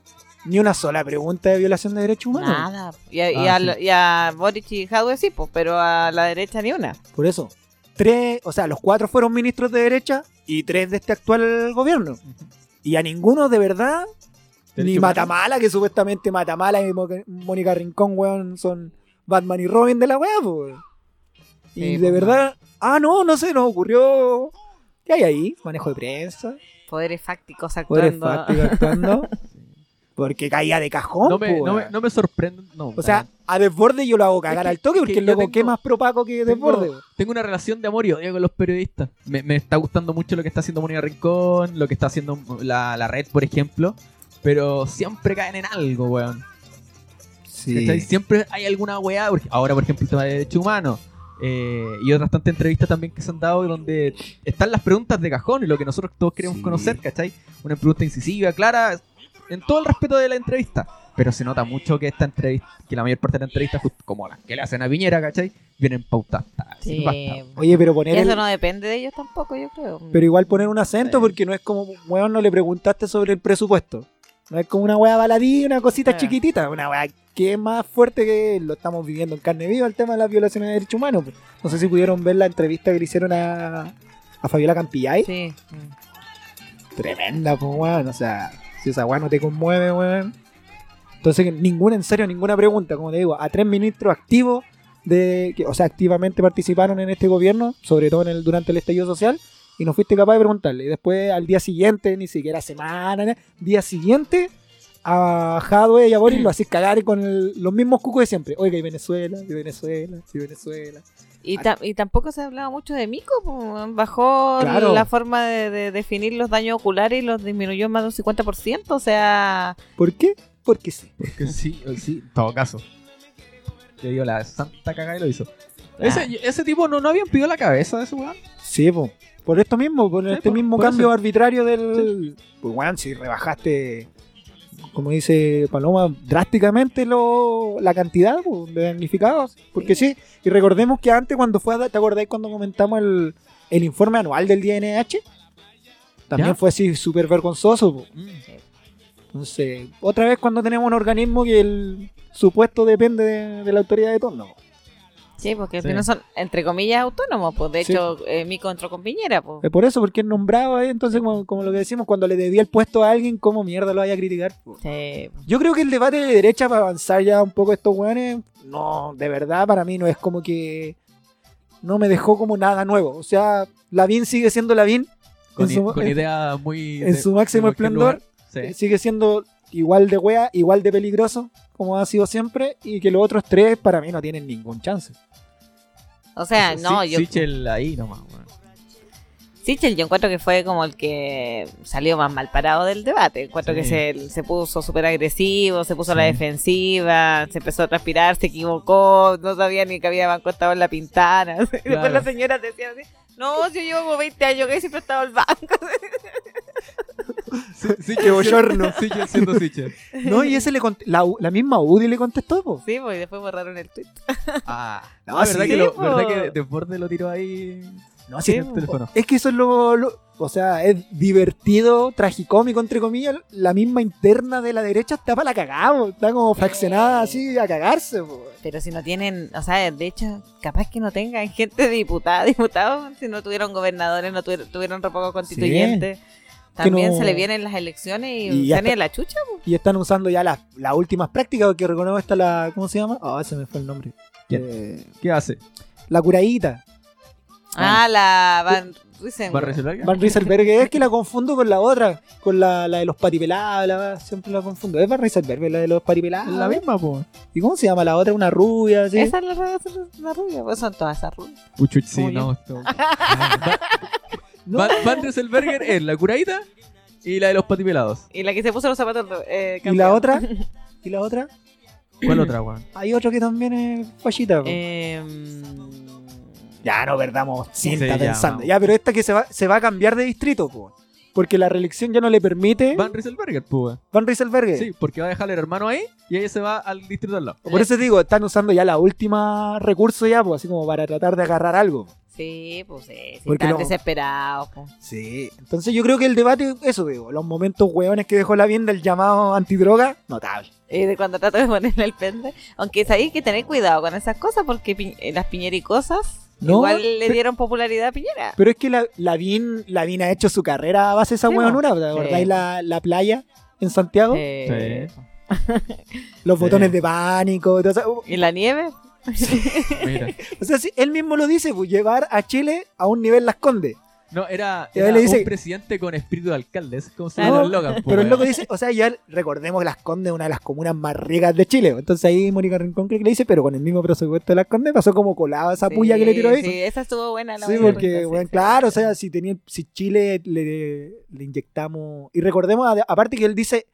ni una sola pregunta de violación de derechos humanos. Nada. Y a, y Ah, al- y a Boric y Jadwe sí, pues, pero a la derecha ni una. Por eso, tres, o sea, los cuatro fueron ministros de derecha y tres de este actual gobierno. Y a ninguno de verdad, ni Derecho Matamala, que supuestamente Matamala y Mo- Mónica Rincón, weón, son Batman y Robin de la weá, po, weón. Y Sí, de pues, verdad, ah, no, no sé, nos ocurrió. ¿Qué hay ahí? Manejo de prensa, Poderes fácticos poderes actuando. fácticos actuando. Porque caía de cajón, No me, po, no, me, weón. no me sorprende. No, Oh, eh, O sea, a desborde yo lo hago cagar que- al toque es que porque yo luego tengo- qué más propaco que tengo- desborde. weón. tengo una relación de amor y odio con los periodistas. Me, me está gustando mucho lo que está haciendo Mónica Rincón, lo que está haciendo la, la red, por ejemplo. Pero siempre caen en algo, weón. ¿Cachai? Siempre hay alguna weá. porque Ahora, por ejemplo, el tema de derechos humanos. eh, y otras tantas entrevistas también que se han dado donde están las preguntas de cajón y lo que nosotros todos queremos Sí. conocer, ¿cachai? Una pregunta incisiva, clara, en todo el respeto de la entrevista. Pero se nota mucho que esta entrevista, que la mayor parte de la entrevista, justo como las que le hacen a Piñera, ¿cachai? Vienen pautadas. Sí. sin basta. Oye, pero poner Y eso el- no depende de ellos tampoco, yo creo. Pero igual poner un acento Sí. porque no es como, weón, no le preguntaste sobre el presupuesto. No es como una weá baladí, una cosita Ah. chiquitita, una weá que es más fuerte que lo estamos viviendo en carne viva el tema de las violaciones de derechos humanos. pues. No sé si pudieron ver la entrevista que le hicieron a, a Fabiola Campillay. Sí. Tremenda, pues weón. O sea, si esa weá no te conmueve, weón. Entonces, ninguna, en serio, ninguna pregunta. Como te digo, a tres ministros activos, de, que, o sea, activamente participaron en este gobierno, sobre todo en el, durante el estallido social, y no fuiste capaz de preguntarle. Y después, al día siguiente, ni siquiera semana, ni- día siguiente, a Jadwe y a Boris lo hacís cagar con el- los mismos cucos de siempre. Oiga, y Venezuela, y Venezuela, y Venezuela. Y, ta- y tampoco se ha hablado mucho de Mico, po, weón. bajó Claro. la forma de, de definir los daños oculares y los disminuyó más de un 50%, o sea, ¿Por qué? Porque sí. Porque sí, eh, sí, en todo caso. Le dio la santa cagada y lo hizo. Ese, ese tipo no, no habían pidido la cabeza de ese weón. Sí, po. por esto mismo, por este po, mismo por cambio eso. arbitrario del... Pues weón, si rebajaste, como dice Paloma, drásticamente lo, la cantidad po, de damnificados. Porque sí. y recordemos que antes cuando fue, a da- ¿te acordáis cuando comentamos el, el informe anual del DNH? También Ya. fue así súper vergonzoso. po. Mm. Entonces, otra vez cuando tenemos un organismo que el supuesto depende de, de la autoridad de turno. po. sí, porque al Sí. final son, entre comillas, autónomos, pues de Sí. hecho eh, Mico entró con Piñera, pues. Eh. Es por eso, porque es nombrado ahí, entonces como, como lo que decimos, cuando le debía el puesto a alguien, ¿cómo mierda lo vaya a criticar? po? Sí, po. Yo creo que el debate de derecha para avanzar ya un poco estos weones, no, de verdad para mí no es como que no me dejó como nada nuevo. O sea, Lavín sigue siendo Lavín, Con, En i- su- con en- ideas muy. en su máximo cualquier esplendor. lugar. eh, Sí. sigue siendo igual de wea, igual de peligroso como ha sido siempre, y que los otros tres para mí no tienen ningún chance. O sea, Sí, no, sí, yo... Sichel ahí nomás, weón. Sichel yo encuentro que fue como el que salió más mal parado del debate. Encuentro Sí. que se, se puso súper agresivo, se puso a la Sí. defensiva, se empezó a transpirar, se equivocó, no sabía ni que había banco, estaba en la pintana. Después Claro. las señoras decían así, no, si yo llevo como 20 años que siempre he estado al banco. Sichel bochorno. Sichel siendo Sichel. No, y ese le cont- la, U- la misma UDI le contestó, po. Sí, pues, y después borraron el tweet. Ah, No, no, verdad sí, que lo, po. verdad que Desborde lo tiró ahí. No, Sí, sí, pues, el teléfono. Es que eso es lo, lo- O sea, es divertido, tragicómico, entre comillas. La misma interna de la derecha está para la cagada, po. está como Eh. fraccionada así a cagarse. po. Pero si no tienen, o sea, de hecho, capaz que no tengan gente de diputada, diputados, si no tuvieron gobernadores, no tuvieron, tuvieron tampoco constituyentes. También no- se le vienen las elecciones y, Y y ya salen está. a la chucha. Y están usando ya las, las últimas prácticas que reconozco esta la. ¿Cómo se llama? Ah, se me fue el nombre. ¿Quién? Eh, ¿Qué hace? la curaíta. Ah, la Van Rysen. ¿Va a resolver? pues, Van Rieselberger. es que la confundo con la otra. Con la, la de los patipelados. la- siempre la confundo. Es Van Rieselberger, la de los patipelados. La misma, po. ¿Y cómo se llama la otra? Una rubia, así. Esa es la, la, la rubia, pues son todas esas rubias. Uchuch, sí, Como yo. no. esto- Ah, No. Van, Van Rieselberger es la curadita y la de los patipelados. Y la que se puso los zapatos. Eh, ¿Y la otra? ¿Y la otra? ¿Cuál otra, weón? Hay otro que también es fallita. po. Eh, Ya no perdamos Sí, sienta ya, pensando. vamos. Ya, pero esta que se va, se va a cambiar de distrito, po. Porque la reelección ya no le permite Van Rieselberger, po, weón. Van Rieselberger. Sí, porque va a dejar el hermano ahí y ella se va al distrito al lado. Por eso te digo, están usando ya la última recurso ya, pues, así como para tratar de agarrar algo. sí, pues sí. sí Porque están lo- desesperados. pues. Sí. Entonces yo creo que el debate, eso digo, los momentos hueones que dejó la vienda el llamado antidroga, notable. Y de cuando trato de ponerle el pende. Aunque es ahí hay que tener cuidado con esas cosas porque pi- eh, las piñericosas No, igual le pe- dieron popularidad a Piñera. Pero es que la, Lavín, Lavín ha hecho su carrera a base de esa Sí, hueonura, ¿te Sí. acordáis la, la playa en Santiago? Eh, Los Sí. botones de pánico, todo eso. ¿Y la nieve? Mira. O sea, sí, él mismo lo dice, pues, llevar a Chile a un nivel las condes. No, era, Y ahí era le dice- un presidente con espíritu de alcalde. Ese Es como se Claro. llama el Logan, po, Pero el weón. loco dice, o sea, ya recordemos que Las Condes es una de las comunas más ricas de Chile. Entonces ahí Mónica Rincón creo que le dice, pero con el mismo presupuesto de Las Condes pasó como colada esa puya que le tiró ahí. Sí, Sí, esa estuvo buena. La buena porque, respuesta, bueno, sí, claro, o sí. sea, si, tenía, si Chile le, le inyectamos... Y recordemos, ade- aparte que él dice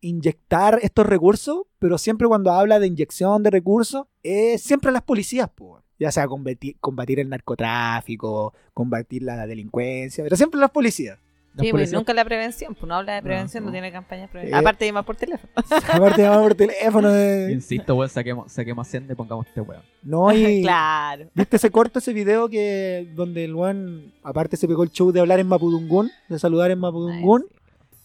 inyectar estos recursos, pero siempre cuando habla de inyección de recursos, es siempre a las policías, po. ya sea combati- combatir el narcotráfico, combatir la delincuencia, pero siempre a las policías. Las Sí, pues policías- nunca la prevención, pues no habla de No, prevención, no, no. tiene campañas Eh, preventivas. Aparte de llamar por teléfono. Aparte llamaba por teléfono. eh. Insisto, weón, saquemos, saquemos Hacienda y pongamos este weón. No, y claro. viste ese corto, ese video que donde el weón, aparte se pegó el show de hablar en Mapudungún, de saludar en Mapudungún, Ay,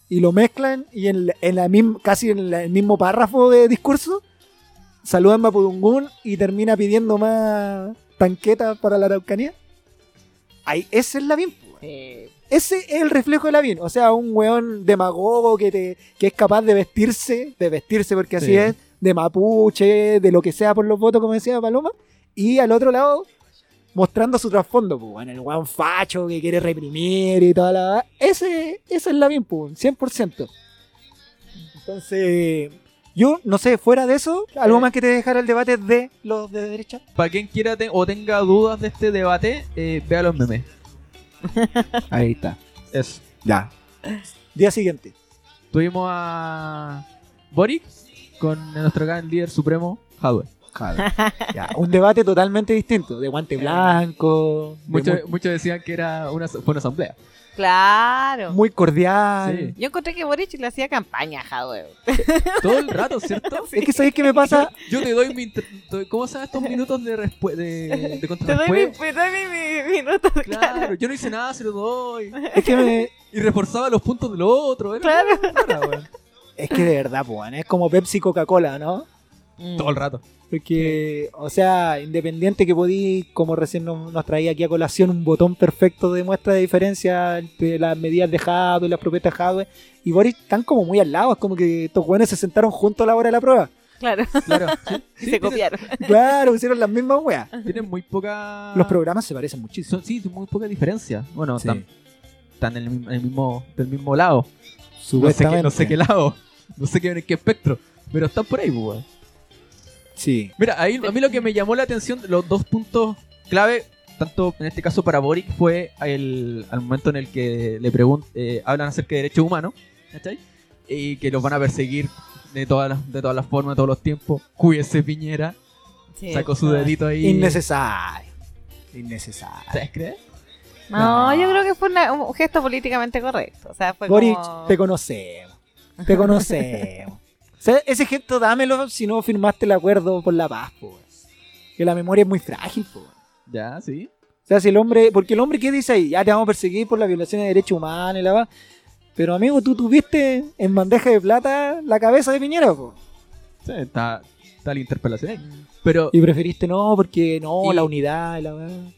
sí. y lo mezclan y en, la- en la misma, casi en la- el mismo párrafo de discurso, saluda en Mapudungún y termina pidiendo más tanquetas para la Araucanía. Ahí, ese es la BIM. Sí. Ese es el reflejo del Lavín. O sea, un weón demagogo que, te, que es capaz de vestirse, de vestirse porque así Sí. es, de mapuche, de lo que sea por los votos, como decía Paloma. Y al otro lado, mostrando su trasfondo, pues, bueno, el weón facho que quiere reprimir y toda la. Ese, ese es Lavín, pues, 100%. Entonces, yo no sé, fuera de eso, algo más que te dejara el debate de los de derecha. Para quien quiera te- o tenga dudas de este debate, eh, vea los memes. Ahí está. Eso. Ya. Día siguiente. Tuvimos a Boric con nuestro gran líder supremo, Hadwe. Ya, un debate totalmente distinto, de guante blanco, de Muchos, mu- muchos decían que era una, fue una asamblea. Claro. muy cordial. Sí. Yo encontré que Boric le hacía campaña a Jadwe. Todo el rato, ¿cierto? Es que sabéis qué me pasa, Yo te doy mi... inter- doy- ¿Cómo sabes estos minutos de, respu- Te doy de, de mi, contrarrespuesta? te doy mi, mi- minuto, Claro, yo no hice nada, se lo doy. es que me- Y reforzaba los puntos del otro. Era Claro. una rara, weón. es que de verdad, po, weón, es como Pepsi Coca-Cola, ¿no? Todo el rato. Porque, o sea, independiente que podí, como recién nos, nos traía aquí a colación, un botón perfecto de muestra de diferencia entre las medidas de Jadwe, las propuestas de Jadwe, y Boris están como muy al lado, es como que estos jóvenes se sentaron juntos a la hora de la prueba. Claro, Claro. sí. y se copiaron. Claro, hicieron las mismas weas. Tienen muy poca... Los programas se parecen muchísimo. Son, sí, son muy poca diferencia. Bueno, Sí. están, están en el, mi- en el mismo, del mismo lado. No sé, qué, Supuestamente. no sé qué lado. No sé qué, en qué espectro. Pero están por ahí, pues, weón. Sí. Mira, ahí, a mí lo que me llamó la atención, los dos puntos clave, tanto en este caso para Boric, fue el, al momento en el que le pregun- eh, hablan acerca de derechos humanos, ¿cachai? Y que los van a perseguir de todas las, de todas las formas, de todos los tiempos. Cuídese, Piñera. Sí. Sacó su dedito ahí. Innecesario. Innecesario. ¿Sabes creer? No, No. yo creo que fue una- un gesto políticamente correcto. O sea, fue Boric, como... te conocemos. Te conocemos. O sea, ese gesto dámelo si no firmaste el acuerdo por la paz, po. Que la memoria es muy frágil, po. O Ya, sí. sea, si el hombre. Porque el hombre, ¿qué dice ahí? Ya te vamos a perseguir por la violación de derechos humanos y la paz. Pero amigo, tú tuviste en bandeja de plata la cabeza de Piñera, po. Sí, está, está la interpelación ahí. Pero, Y preferiste no, porque no, Y- la unidad y la verdad.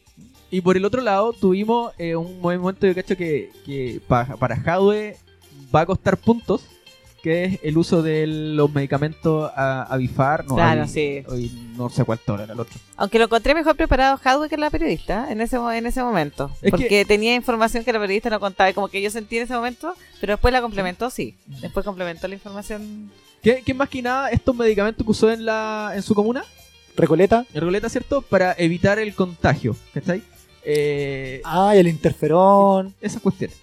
y por el otro lado, tuvimos eh, un movimiento de cacho que, que pa- para Jadwe va a costar puntos, que es el uso de los medicamentos a, Avifar, no, Claro, Avi- sí. Avi- no sé cuánto era el otro. Aunque lo encontré mejor preparado Hadwe que la periodista en ese, mo- en ese momento. Es que- porque tenía información que la periodista no contaba y como que yo sentí en ese momento, pero después la complementó, sí. Mm. Después complementó la información. Que, que más que nada estos medicamentos que usó en, la, en su comuna, Recoleta. en Recoleta, ¿cierto? Para evitar el contagio, ¿cachai? Eh, Ay, el interferón. esas cuestiones.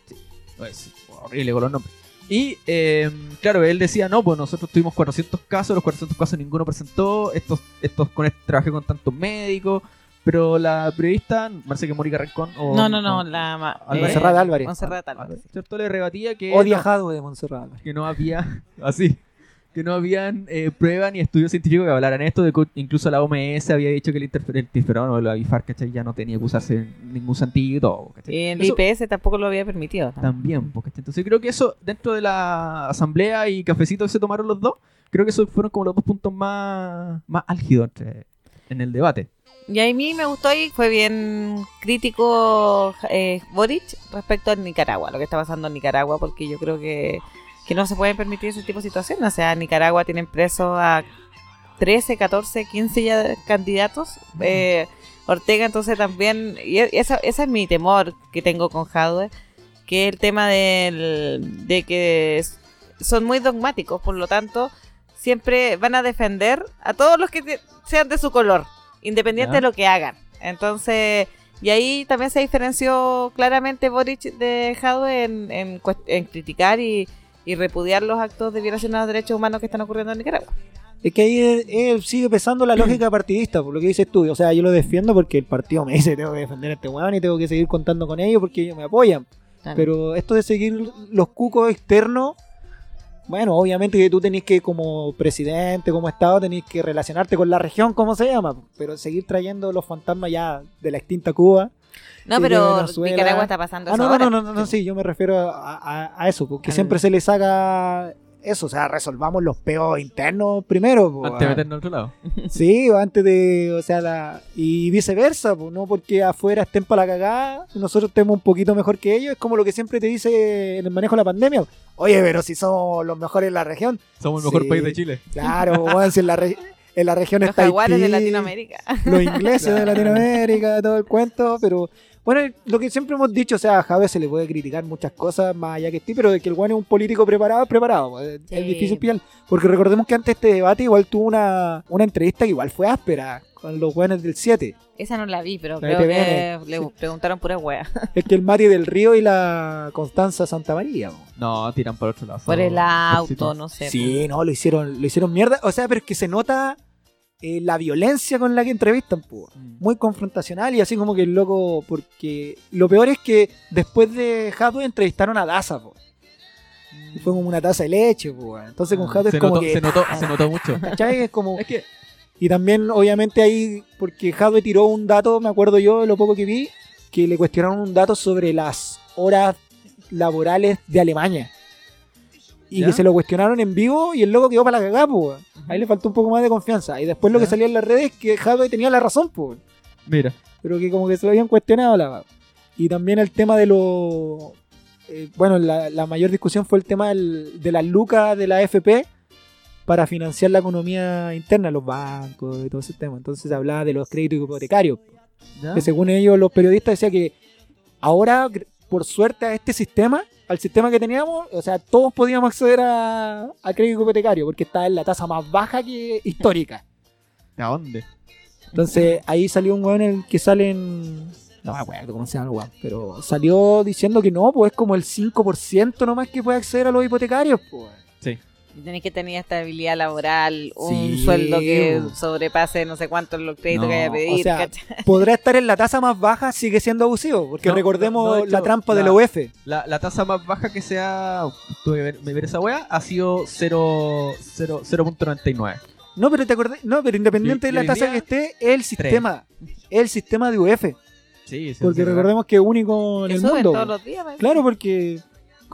Es horrible con los nombres. Y eh, claro, él decía, no, pues nosotros tuvimos 400 casos, los 400 casos ninguno presentó, estos, estos con este, trabajé con tantos médicos, pero la periodista, me parece que Mónica Rancón o... no, no, no, la... ma- Álvarez. Monserrat Álvarez. Monserrat Ah, Álvarez. ¿Cierto? Le rebatía que, Odia no- Jadwe de Montserrat. que no había, así, que no habían eh, pruebas ni estudios científicos que hablaran esto, de que incluso la OMS había dicho que el, interfer- el interferón o el avifar, ¿cachai? Ya no tenía que usarse en ningún sentido y todo, ¿cachai? Y Eh, el Eso- IPS tampoco lo había permitido. ¿no? también. Porque, entonces creo que eso, dentro de la asamblea y cafecito que se tomaron los dos, creo que esos fueron como los dos puntos más, más álgidos entre- en el debate. Y a mí me gustó y fue bien crítico eh, Boric respecto a Nicaragua, lo que está pasando en Nicaragua, porque yo creo que, que no se pueden permitir ese tipo de situaciones. O sea, en Nicaragua tienen presos a 13, 14, 15 ya candidatos. Eh, Ortega, entonces también, y e- esa, ese es mi temor que tengo con Jadwe, que el tema del, de que s- son muy dogmáticos, por lo tanto, siempre van a defender a todos los que te- sean de su color, independiente de Ya. lo que hagan. Entonces, y ahí también se diferenció claramente Boric de Jadwe en, en cuest- en criticar y, y repudiar los actos de violación a los derechos humanos que están ocurriendo en Nicaragua. Es que ahí él, él sigue pesando la lógica partidista, por lo que dices tú. O sea, yo lo defiendo porque el partido me dice tengo que defender a este weón y tengo que seguir contando con ellos porque ellos me apoyan. Claro. Pero esto de seguir los cucos externos, bueno, obviamente que tú tenés que como presidente, como Estado, tenés que relacionarte con la región, como se llama. Pero seguir trayendo los fantasmas ya de la extinta Cuba. No, Sí, de pero Venezuela. Nicaragua está pasando Ah, eso no, no, ahora. no, no, no, sí, yo me refiero a, a- a eso, porque Al- siempre se le saca eso, o sea, resolvamos los peos internos primero. po, Antes de ah. meternos a otro lado. Sí, o antes de, o sea, la, y viceversa, pues, no porque afuera estén para la cagada, nosotros estemos un poquito mejor que ellos, es como lo que siempre te dice en el manejo de la pandemia. Oye, pero si somos los mejores en la región. Somos el mejor Sí. país de Chile. Claro, pues, weón, si en la, re- en la región Los está jaguares de Haití, Latinoamérica. Los ingleses de Latinoamérica, todo el cuento, pero bueno, lo que siempre hemos dicho, o sea, a Javier se le puede criticar muchas cosas, más allá que esté, pero de que el guano es un político preparado, preparado, pues, es- es Sí. difícil pillar. Porque recordemos que antes de este debate igual tuvo una, una entrevista que igual fue áspera con los guanes del 7. Esa no la vi, pero La creo TVN. que le preguntaron pura wea. Es que el Mati del Río y la Constanza Santa María. po. No, tiran por otro lado. Por el auto, éxito. no sé. pues. Sí, no, lo hicieron, lo hicieron mierda. O sea, pero es que se nota eh, la violencia con la que entrevistan, pues. Mm. muy confrontacional y así como que el loco, porque lo peor es que después de Hathaway entrevistaron a Daza, po. Y fue como una taza de leche, po, weón. entonces con Hathaway Ah, se es como notó, que... se notó, se notó mucho. ¿cachai? Es como- es que Y también obviamente ahí, porque Hathaway tiró un dato, me acuerdo yo de lo poco que vi, que le cuestionaron un dato sobre las horas laborales de Alemania. Y ¿Ya? que se lo cuestionaron en vivo y el loco quedó para la cagada, po, weón. Ahí le faltó un poco más de confianza. Y después lo que ¿Ya? salía en las redes es que Hathaway tenía la razón, pues mira, pero que como que se lo habían cuestionado la va. y también el tema de lo eh, bueno la, la mayor discusión fue el tema del- de las lucas de la FP para financiar la economía interna los bancos y todo ese tema entonces se hablaba de los créditos hipotecarios ¿ya? que según ellos los periodistas decían que ahora gr- por suerte a este sistema al sistema que teníamos, o sea, todos podíamos acceder a, a crédito hipotecario porque está en la tasa más baja que histórica. ¿a dónde? Entonces ahí salió un weón en el que salen. No me acuerdo cómo se llama el weón, pero salió diciendo que no, pues es como el 5% nomás que puede acceder a los hipotecarios, pues. Y Tenés que tener estabilidad laboral, un Sí, sueldo que bo. sobrepase no sé cuánto los créditos No, que vaya a pedir. o sea, ¿cachai? Podrá estar en la tasa más baja, sigue siendo abusivo, porque No, recordemos no, no, de la hecho, trampa de la- la UF. La, la tasa más baja que se ha. uh, Tuve que ver, me ver esa wea. Ha sido cero- cero- 0.99. No, pero te acordás, no, pero Y- independiente de y la hoy tasa día, que esté, el sistema, el sistema de UF, Sí, sí. porque sí, recordemos que es único en Que el suben mundo. todos po. los días. parece. Claro, porque,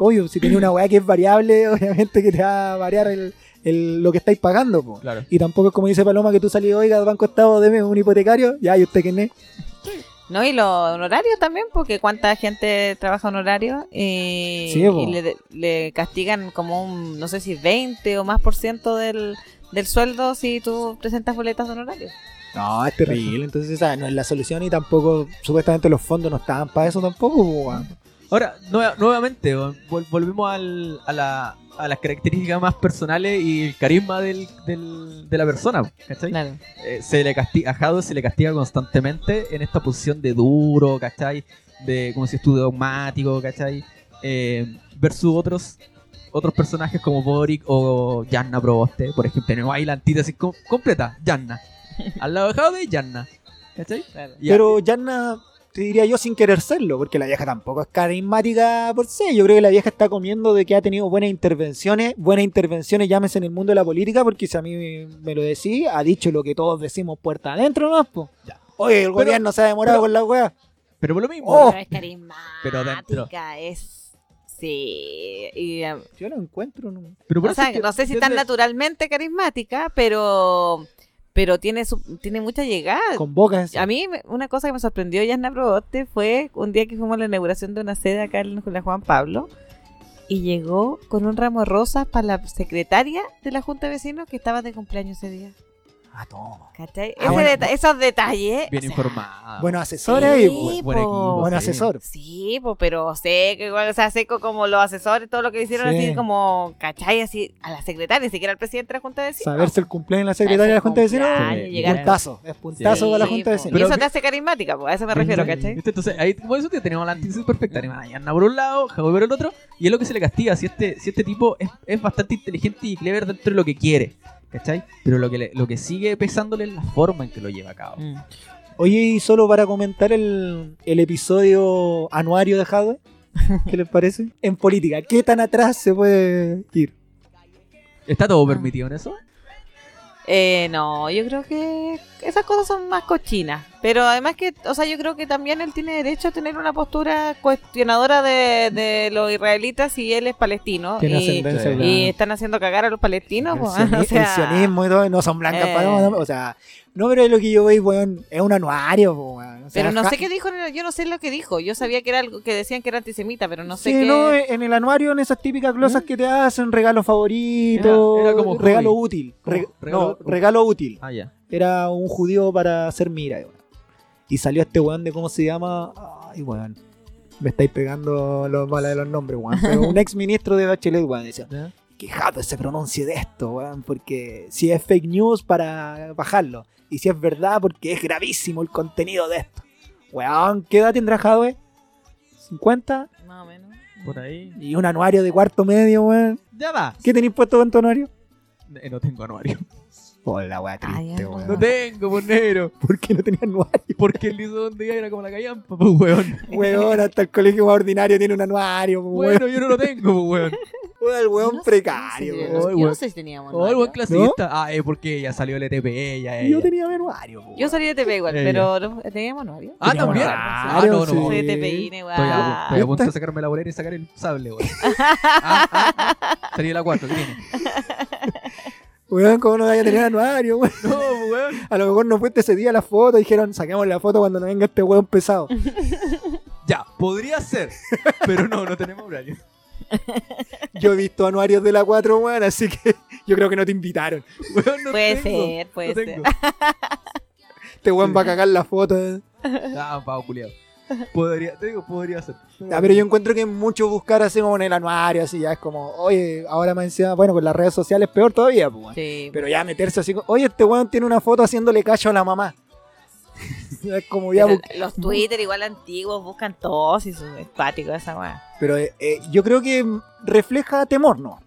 obvio, si tenés una weá que es variable, obviamente que te va a variar el, el- lo que estáis pagando, pues. Claro. Y tampoco es como dice Paloma que tú salís, oiga, del Banco Estado, deme un hipotecario. Ya, ¿y usted quién es? No, y los honorarios también, porque cuánta gente trabaja honorario y, Sí, bo. y le, le castigan como un, no sé si 20 o más por ciento del, del sueldo si tú presentas boletas de honorario. No, es terrible. Entonces, esa no es la solución y tampoco, supuestamente los fondos no estaban para eso tampoco. po, weón. Ahora, nue- nuevamente, vol- volvemos al- a, la- a las características más personales y el carisma del- del- de la persona. ¿Cachai? Claro. eh, se le castiga, a Jadwe se le castiga constantemente en esta posición de duro, ¿cachai? De, como si tú, dogmático, ¿cachai? Eh, versus otros otros personajes como Boric o Yanna Proboste, por ejemplo. Tenemos ahí la antítesis com- completa, Yanna. Al lado de Jadwe, Yanna. ¿Cachai? claro. Y Pero Yanna, te diría yo sin querer serlo, porque la vieja tampoco es carismática por sí. Yo creo que la vieja está comiendo de que ha tenido buenas intervenciones. Buenas intervenciones, llámese en el mundo de la política, porque si a mí me- me lo decís, ha dicho lo que todos decimos puerta adentro, ¿no? Po. Ya. Oye, el gobierno se ha demorado pero- con la weá. Pero por lo mismo, Oh. Pero es carismática, Pero dentro. es... Sí, y, um, Yo lo encuentro, ¿no? pero por o eso sea, es que- no sé si tan desde- naturalmente carismática, pero pero tiene su- tiene mucha llegada. Con bocas. A mí me- una cosa que me sorprendió Yasna Probote fue un día que fuimos a la inauguración de una sede acá en la Juan Pablo y llegó con un ramo de rosas para la secretaria de la Junta de Vecinos que estaba de cumpleaños ese día. Ah, toma. ¿Cachai? Ah, Ese bueno. deta- esos detalles. Bien o sea, informada. Bueno, asesores ahí, pues. Sí, buen, po. buen equipo, po. Buen Ah. sí. asesor. Sí, pues, pero seco, igual, o sea, seco como los asesores, todo lo que hicieron Sí. así como, ¿cachai? Así a la secretaria, ni siquiera al presidente de la Junta de Vecinos. Saberse el cumpleaños de la secretaria de la Junta de Vecinos. Cumpleaños, sí. llegar- Puntazo. Es Sí, puntazo para la Sí, Junta de po. Pero Y Vecinos. eso que- Mm. te hace carismática, pues, a eso me refiero, ¿cachai? ¿Viste? Entonces, ahí, por eso te tenemos la antítesis perfecta. Tenemos a Yanna por un lado, Jacob por el otro, y es lo que se le castiga. Si este, si este tipo es, es bastante inteligente y clever dentro de lo que quiere, ¿cachai? Pero lo que, le- lo que sigue pesándole es la forma en que lo lleva a cabo. Oye, y solo para comentar el, el episodio anuario de Jadwe. ¿Qué les parece? En política, ¿qué tan atrás se puede ir? ¿Está todo permitido en eso? Eh, no, yo creo que esas cosas son más cochinas. Pero además que, o sea, yo creo que también él tiene derecho a tener una postura cuestionadora de, de los israelitas si él es palestino. Tiene Y, ascendencia y- blanca. y están haciendo cagar a los palestinos. El po. sioni- O sea, el sionismo y todo, no son blancas eh. palomas, o sea, no, pero es lo que yo veo, weón, es un anuario, po, weón. O sea, pero no ja- sé qué dijo, en el- yo no sé lo que dijo. Yo sabía que era algo que decían que era antisemita, pero no sé sí, qué. no, eh. en el anuario, en esas típicas glosas que te hacen, regalo favorito, Mm. Era- era como regalo hobby. útil, Como re- regalo- no, regalo útil. Ah, ya. Era un judío para hacer mira, weón. Y salió este weón de cómo se llama, ay, weón. Me estáis pegando los malas de los nombres, weón. Pero un ex ministro de Bachelet, weón, decía, ¿Ya? quejado se pronuncie de esto, weón, porque si es fake news para bajarlo, y si es verdad porque es gravísimo el contenido de esto. Weón, ¿qué edad tendrá Jadwe? 50 Más o menos. Por ahí. y un anuario de cuarto medio, weón. Ya va. ¿Qué tenéis puesto en tu anuario? Eh, No tengo anuario. Hola, weón, Ay, triste, no. weón. No tengo, por negro. ¿Por qué no tenía anuario? Porque el liso donde iba era como la callampa, pues, weón. Weón, hasta el colegio más ordinario tiene un anuario, weón. Bueno, yo no lo tengo, pues, weón. Weón, el Yo weón no sé, precario, no sé, weón. yo weón. no sé si teníamos. Oh, el anuario. buen clasista. Ah, eh, porque ya salió el ETP, ya, Yo ella. tenía mi anuario, weón. Yo salí de TP igual, Ella. pero no- teníamos novio. Ah, Tenía también. Ah, anuario, no, no. Soy sí. de TPI, igual. Estoy a, estoy a punto de sacarme la bolera y sacar el sable, weón. Ah, ah, ah. Salí de la 4, ¿qué tiene? Weón, ¿cómo no vaya a tener anuario, weón? No, weón. A lo mejor no fuiste ese día a la foto y dijeron, saquemos la foto cuando no venga este weón pesado. Ya, podría ser. Pero no, no tenemos horario. Yo he visto anuarios de la 4, weón, así que yo creo que no te invitaron. Weón, no Puede tengo, ser, no puede tengo. Este weón va a cagar la foto. eh. Ah, pavo culiado. Podría, te digo, podría ser. Ah, pero yo encuentro que es mucho buscar así como en el anuario, así ya es como, oye, ahora me encima, bueno, con las redes sociales peor todavía, pues, weón. Sí. Pero ya meterse así, como, oye, este weón tiene una foto haciéndole cacho a la mamá. es como ya. Pero bu- los Twitter igual antiguos buscan todos y su empático esa weá. Pero eh, eh, yo creo que refleja temor, ¿no?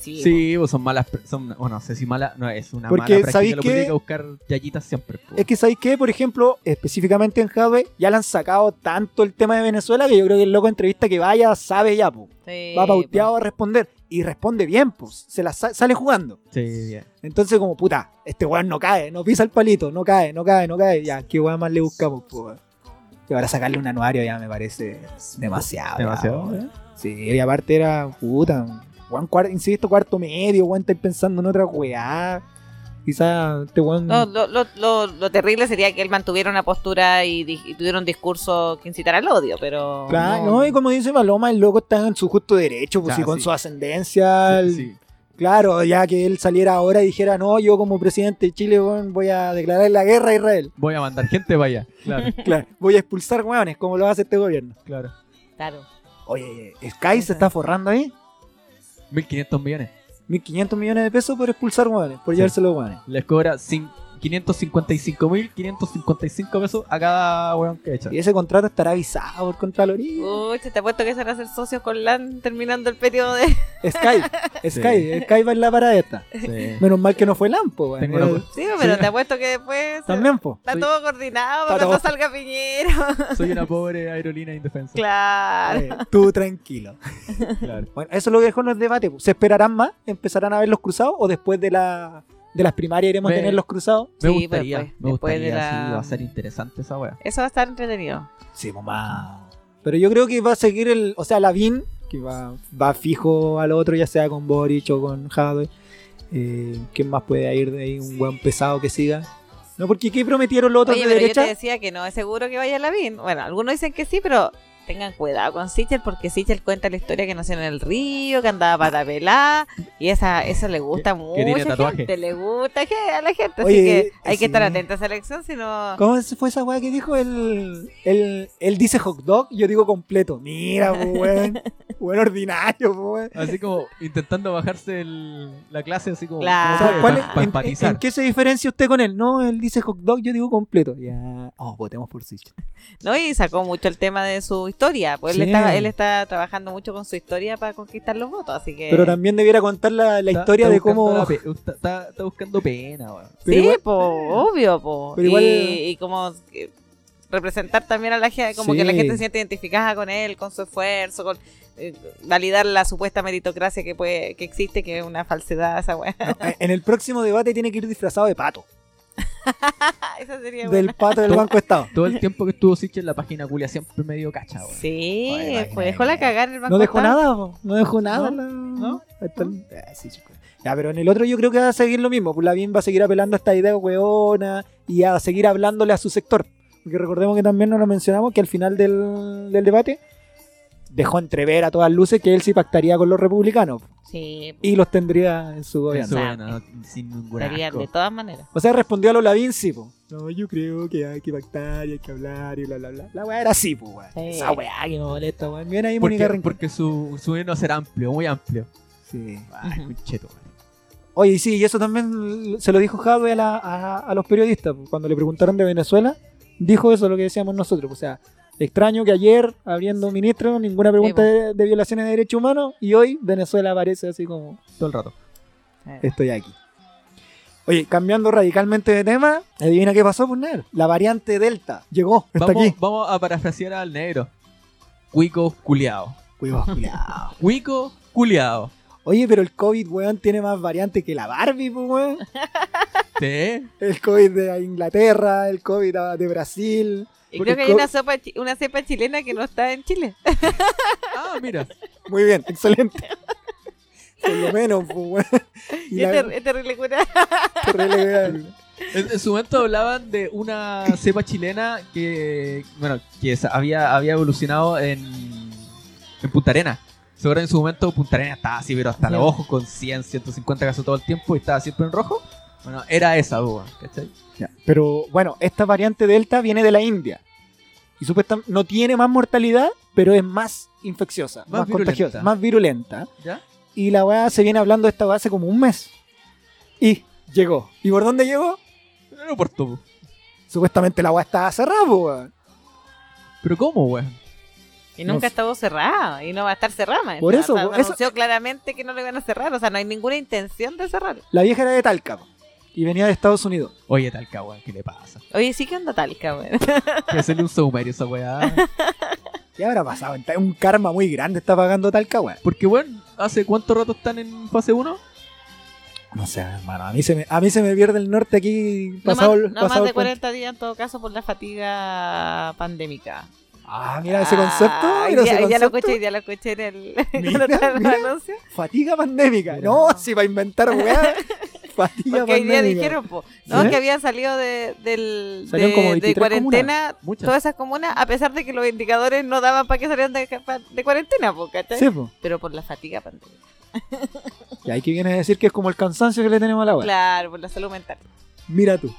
Sí. Sí, pues son malas. pre- Son, o no sé si mala. No, es una Porque, mala práctica ¿sabéis lo qué? que tiene que buscar yayitas siempre. po. Es que sabéis que, por ejemplo, específicamente en Jadwe, ya le han sacado tanto el tema de Venezuela que yo creo que el loco de entrevista que vaya sabe ya, po. Sí, va pauteado a responder y responde bien, pues se la sa- sale jugando. Sí, bien. Entonces, como puta, este weón no cae, no pisa el palito, no cae, no cae, no cae. Ya, qué weón más le buscamos, po, weón. Y ahora sacarle un anuario ya me parece demasiado. Demasiado, ya, weón. Sí, y aparte era puta. Weón, cuar- insisto, cuarto medio, weón, estáis pensando en otra weá. Quizás este weón. No, lo, lo, lo, lo terrible sería que él mantuviera una postura y, di- y tuviera un discurso que incitara al odio, pero. Claro, no. no, y como dice Paloma, el loco está en su justo derecho, pues Ya, y con sí. su ascendencia, el- Sí. claro, ya que él saliera ahora y dijera, no, yo como presidente de Chile weón, voy a declarar la guerra a Israel, Voy a mandar gente para allá. Claro, claro, voy a expulsar hueones, como lo hace este gobierno. claro. Claro. Oye, Sky se está forrando ahí, 1.500 millones. 1.500 millones de pesos por expulsar hueones, por llevarse los hueones. Les cobra 555.555 pesos a cada weón que echa. Y ese contrato estará avisado por Contraloría. Uy, se te ha puesto que se van a hacer socios con LAN terminando el periodo de. Sky, Sky, Sky va en la parada esta. Sí. Menos mal que no fue Lampo, weón. Tengo la- Era- Sí, pero te apuesto que después. se- También, po. Está Soy- todo coordinado Está para todo- cuando salga Piñero. Soy una pobre aerolínea indefensa. claro. Eh, Tú tranquilo. Claro. Bueno, eso es lo que dejó en los debates. po. ¿Se esperarán más? ¿Empezarán a ver los cruzados? ¿O después de, la, de las primarias iremos a Me- tener los cruzados? Me Sí, pues, gustaría, después- me después de gustaría, la- sí, va a ser interesante esa weá. Eso va a estar entretenido. Sí, pues, mamá. Pero yo creo que va a seguir el. O sea, Lavín, que va, va fijo al otro, ya sea con Boric o con Jadwe. Eh, ¿Quién más puede ir de ahí? Un buen pesado que siga. No, porque ¿qué prometieron los otros Oye, de pero yo derecha? te decía que no es seguro que vaya a Lavín. Bueno, algunos dicen que sí, pero tengan cuidado con Sichel porque Sichel cuenta la historia que nació en el río, que andaba pata pelada y esa eso le gusta mucho. que tiene tatuaje. gente, le gusta que- a la gente, Oye, así que hay sí. que estar atenta a esa elección, si no ¿Cómo fue esa weá que dijo? Él, él, él dice hot dog, yo digo completo. Mira, po, weón. Buen ordinario, po, weón. Así como intentando bajarse el- la clase, así como Claro. como O sea, ¿cuál es- para, para en- en, empatizar. en qué se diferencia usted con él? No, él dice hot dog, yo digo completo. Ya. Oh, votemos por Sitch. Eh. no y sacó mucho el tema de su historia, pues él Sí. está él está trabajando mucho con su historia para conquistar los votos, así que Pero también debiera contar la, la Está- historia está de buscando cómo. la pe- Está, está- está buscando pena, weón. Pero sí, igual- po, obvio, po. Pero y, igual- y como eh, representar también a la gente, como Sí. que la gente se siente identificada con él, con su esfuerzo, con eh, validar la supuesta meritocracia que puede que existe, que es una falsedad esa weá. Eh, No, en el próximo debate tiene que ir disfrazado de pato. Esa sería buena. del pato del Todo- Banco Estado. Todo el tiempo que estuvo Sitch en la página culia siempre me dio Ah, cacha, weón. Sí, Ay, imagínate. pues dejó la cagar el banco. No dejó Estado. nada, po. no dejó nada. No, la- Hasta el- Ah, sí, chico. Ya, pero en el otro yo creo que va a seguir lo mismo. pues Lavín va a seguir apelando a esta idea weona y a seguir hablándole a su sector. Porque recordemos que también nos lo mencionamos que al final del, del debate dejó entrever a todas luces que él sí pactaría con los republicanos Sí, y los tendría en su gobierno. Eso, bueno, no- sin ningún estarían asco. de todas maneras. O sea, respondió a lo Lavín, sí, po. No, yo creo que hay que pactar y hay que hablar y bla, bla, bla. La weá era así, po, weá. Sí. Esa weá que nos molesta, weón. Bien ahí, Mónica Porque, Rincón. porque su, su himno será amplio, muy amplio. Sí. Ay, Ujú. concheto, weón. Oye, y sí, y eso también se lo dijo Jadwe a, la- a- a los periodistas. pues, Cuando le preguntaron de Venezuela, dijo eso lo que decíamos nosotros. pues, O sea, extraño que ayer, abriendo un ministro, ninguna pregunta Sí, de, de violaciones de derechos humanos y hoy Venezuela aparece así como Todo el rato. Eh, estoy aquí. Oye, cambiando radicalmente de tema, adivina qué pasó, Punner. La variante Delta llegó, está Vamos, aquí. vamos a parafrasear al negro. Cuico culiao. Cuidado, cuidado. Cuico culiao. Oye, pero el COVID, weón, tiene más variantes que la Barbie, pues, weón. ¿Sí? El COVID de Inglaterra, el COVID de Brasil. Y creo que hay una, sopa chi- una cepa chilena que no está en Chile. Ah, mira. Muy bien, excelente. Por lo menos, pues, weón. Y es, la- ter- es terrible cura. qué relegal. En, en su momento hablaban de una cepa chilena que, bueno, que sa- había, había evolucionado en, en Punta Arena. Seguro en su momento Punta Arena estaba así, pero hasta los Ya. ojos con 100, 150 casos todo el tiempo y estaba siempre en rojo. Bueno, era esa, weón, ¿cachai? Pero bueno, esta variante Delta viene de la India. Y supuestamente no tiene más mortalidad, pero es más infecciosa, Más más, virulenta. contagiosa, más virulenta. ¿Ya? Y la weá se viene hablando de esta weá hace como un mes. Y llegó. ¿Y por dónde llegó? En el aeropuerto, po. Supuestamente la weá estaba cerrada, po, weón. Pero ¿cómo, weón? Y No nunca sé. estuvo cerrada. Y no va a estar cerrada. más Por encima. eso, O sea, por eso- anunció claramente que no lo iban a cerrar. O sea, no hay ninguna intención de cerrar. La vieja era de Talca po, y venía de Estados Unidos. Oye, Talca, weón, ¿qué le pasa? Oye, sí que onda Talca, weón. Que hacerle un saumerio a esa weá. ¿Qué habrá pasado? Está- Un karma muy grande está pagando Talca, weón. Porque, weón, ¿hace cuánto rato están en fase 1? No sé, hermano, a mí se me, a mí se me pierde el norte aquí No pasado, más, no pasado más el de puente. 40 días en todo caso por la fatiga pandémica. Ah, mira ese concepto, Ah, mira ya, ese ya lo concepto. escuché, ya lo escuché en el, Mira, en el mira. anuncio. Fatiga pandémica. Mira. No, si va a inventar weá. Fatiga Porque hoy pandémica. día dijeron, po, ¿no? pues, ¿Sí? que habían salido de, del, Salieron de- como de 23 cuarentena Muchas. todas esas comunas, a pesar de que los indicadores no daban para que salieran de, de cuarentena, po, ¿cachai? Sí, po. Pero por la fatiga pandémica. Y ahí que viene a decir que es como el cansancio que le tenemos a la weá. Claro, por la salud mental. Mira tú.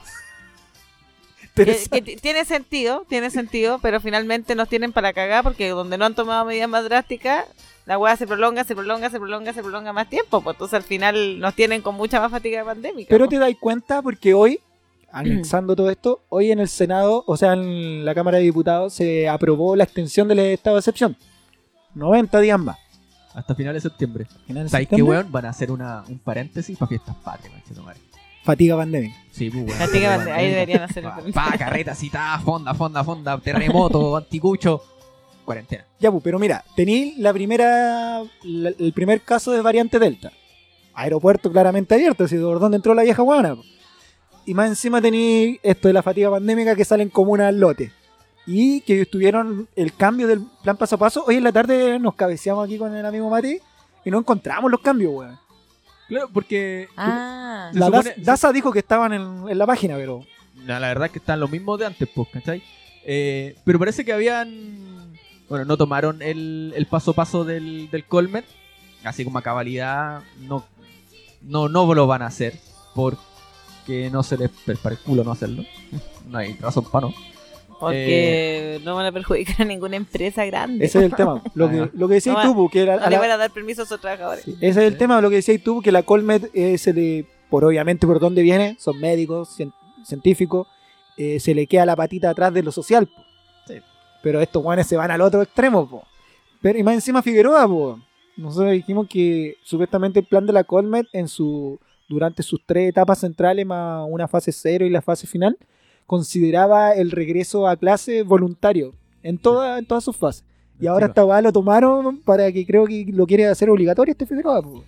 Que, Interesante. que t- tiene sentido, tiene sentido, pero finalmente nos tienen para cagar porque donde no han tomado medidas más drásticas, la hueá se prolonga, se prolonga, se prolonga, se prolonga más tiempo. Pues entonces al final nos tienen con mucha más fatiga pandémica. Pero po. te dais cuenta porque hoy, anexando todo esto, hoy en el Senado, o sea, en la Cámara de Diputados, se aprobó la extensión del estado de excepción. 90 días más. Hasta finales de septiembre. Final de ¿Sabes qué, septiembre, weón? Van a hacer una, un paréntesis para fiestas patrias, conchito madre. Fatiga pandémica. Sí, pues, weón. Fatiga pandémica, ahí deberían hacer el Pa, paréntesis. pa, carreta, citada, fonda, fonda, fonda, terremoto, anticucho. Cuarentena. Ya, pu, pero mira, tení la primera, la- el primer caso de variante Delta. Aeropuerto claramente abierto, si por dónde entró la vieja guana. Y más encima tení esto de la fatiga pandémica que salen como una al lote. Y que estuvieron el cambio del plan paso a paso. Hoy en la tarde nos cabeceamos aquí con el amigo Mati y no encontramos los cambios, weón. Claro, porque. Ah, Se La supone- DAS- DASA dijo que estaban en, en la página, pero No, la verdad es que están los mismos de antes, pues, ¿cachai? Eh, pero parece que habían. Bueno, no tomaron el, el paso a paso del, del Colmer. Así como a cabalidad, no, no, no lo van a hacer. Porque no se les prepara el culo no hacerlo. No hay razón para no. porque no van a perjudicar a ninguna empresa grande. ese es el tema. Lo que, lo que decías No, tú, pu, que era- No a le la- van a dar permiso a sus trabajadores. Sí, ese es el Sí. tema, lo que decías tú, que la Colmet eh, se le, por obviamente por dónde viene, son médicos, cien- científicos, eh, se le queda la patita atrás de lo social. po. Sí. Pero estos guanes se van al otro extremo. po. Pero y más encima Figueroa, po. nosotros dijimos que supuestamente el plan de la Colmet en su, durante sus tres etapas centrales, más una fase cero y la fase final, consideraba el regreso a clase voluntario en, toda, en todas sus fases. Y ahora esta weá lo tomaron para que creo que lo quiere hacer obligatorio este Figueroa. po.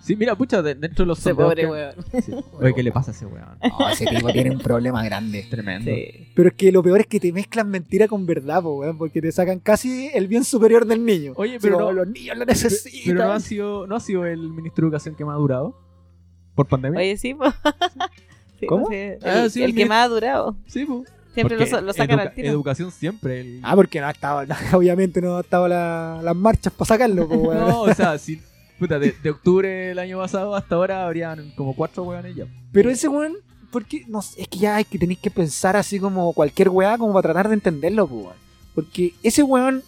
Sí, mira, pucha, de- dentro de los Ese soldados pobre que- ¿Eh? weón. Sí. Oye, ¿qué le pasa a ese weón? No, ese tipo tiene un problema grande. Tremendo. Sí. Pero es que lo peor es que te mezclan mentira con verdad, po, weón, porque te sacan casi el bien superior del niño. Oye, Así pero como, no- los niños lo necesitan. Pero no ha sido, no ha sido el ministro de educación que más ha durado. Por pandemia. Oye, sí, po. Sí, pues, ¿Cómo? sí, el, Ah, sí, el el que mi- más ha durado. Sí, pues. Siempre lo, Porque sa- lo sacan educa- al tiro. Educación siempre. el- Ah, porque no ha estado, no, obviamente no ha estado la- las marchas para sacarlo, po, weón. no, o sea, si, puta, de, de octubre del año pasado hasta ahora habrían como cuatro weones ya. Pero ese weón, porque no sé, es que ya es que tenéis que pensar así como cualquier weá, como para tratar de entenderlo, po, weón. Porque ese weón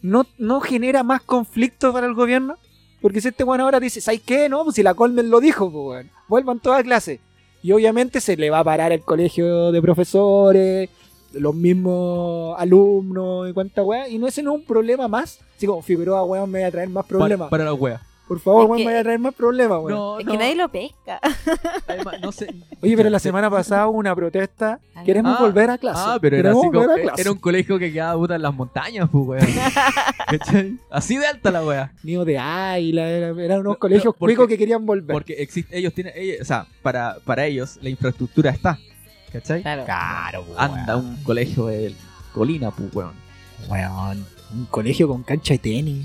no, no genera más conflicto para el gobierno. Porque si este weón ahora dice, ¿sabes qué? No, pues si la Colmen lo dijo, po, weón. Vuelvan todas a clase. Y obviamente se le va a parar el colegio de profesores, los mismos alumnos y cuánta weá. Y no, ese no es un problema más. Así como Figueroa, weón, me va a traer más problemas. Para, para la wea. Por favor, Es weón, que- me va a traer más problemas, weón. No, Es no, que nadie lo pesca. además, no sé. Oye, pero la Este, Sí. semana pasada hubo una protesta. Ay. Queremos Ah, volver a clase. Ah, pero era Queremos así como. volver a eh, clase. Era un colegio que quedaba puta en las montañas, pues, weón. ¿Cachai? Así de alta la wea. Nido de águila, era- eran unos No, colegios pero porque- cuicos que querían volver. Porque existe, ellos tienen. ellos- o sea, para, para ellos la infraestructura está. ¿Cachai? Claro. Claro, po, Anda un colegio de Colina, pues, weón. weón. Un colegio con cancha de tenis.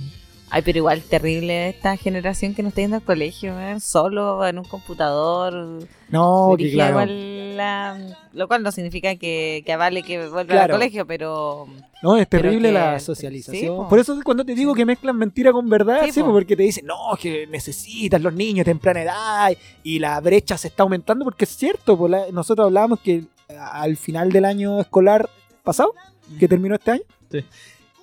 Ay, pero igual terrible esta generación que no está yendo al colegio, weón, solo en un computador. No, que Dirigida claro. igual la- lo cual no significa que, que avale que vuelva Claro. al colegio, pero No, es pero terrible que- la sí, socialización. po. Por eso cuando te digo que mezclan mentira con verdad, Sí, sí, po. porque te dicen, no, que necesitas los niños de temprana edad y la brecha se está aumentando, porque es cierto, po, la- nosotros hablábamos que al final del año escolar pasado, que terminó este año, Sí.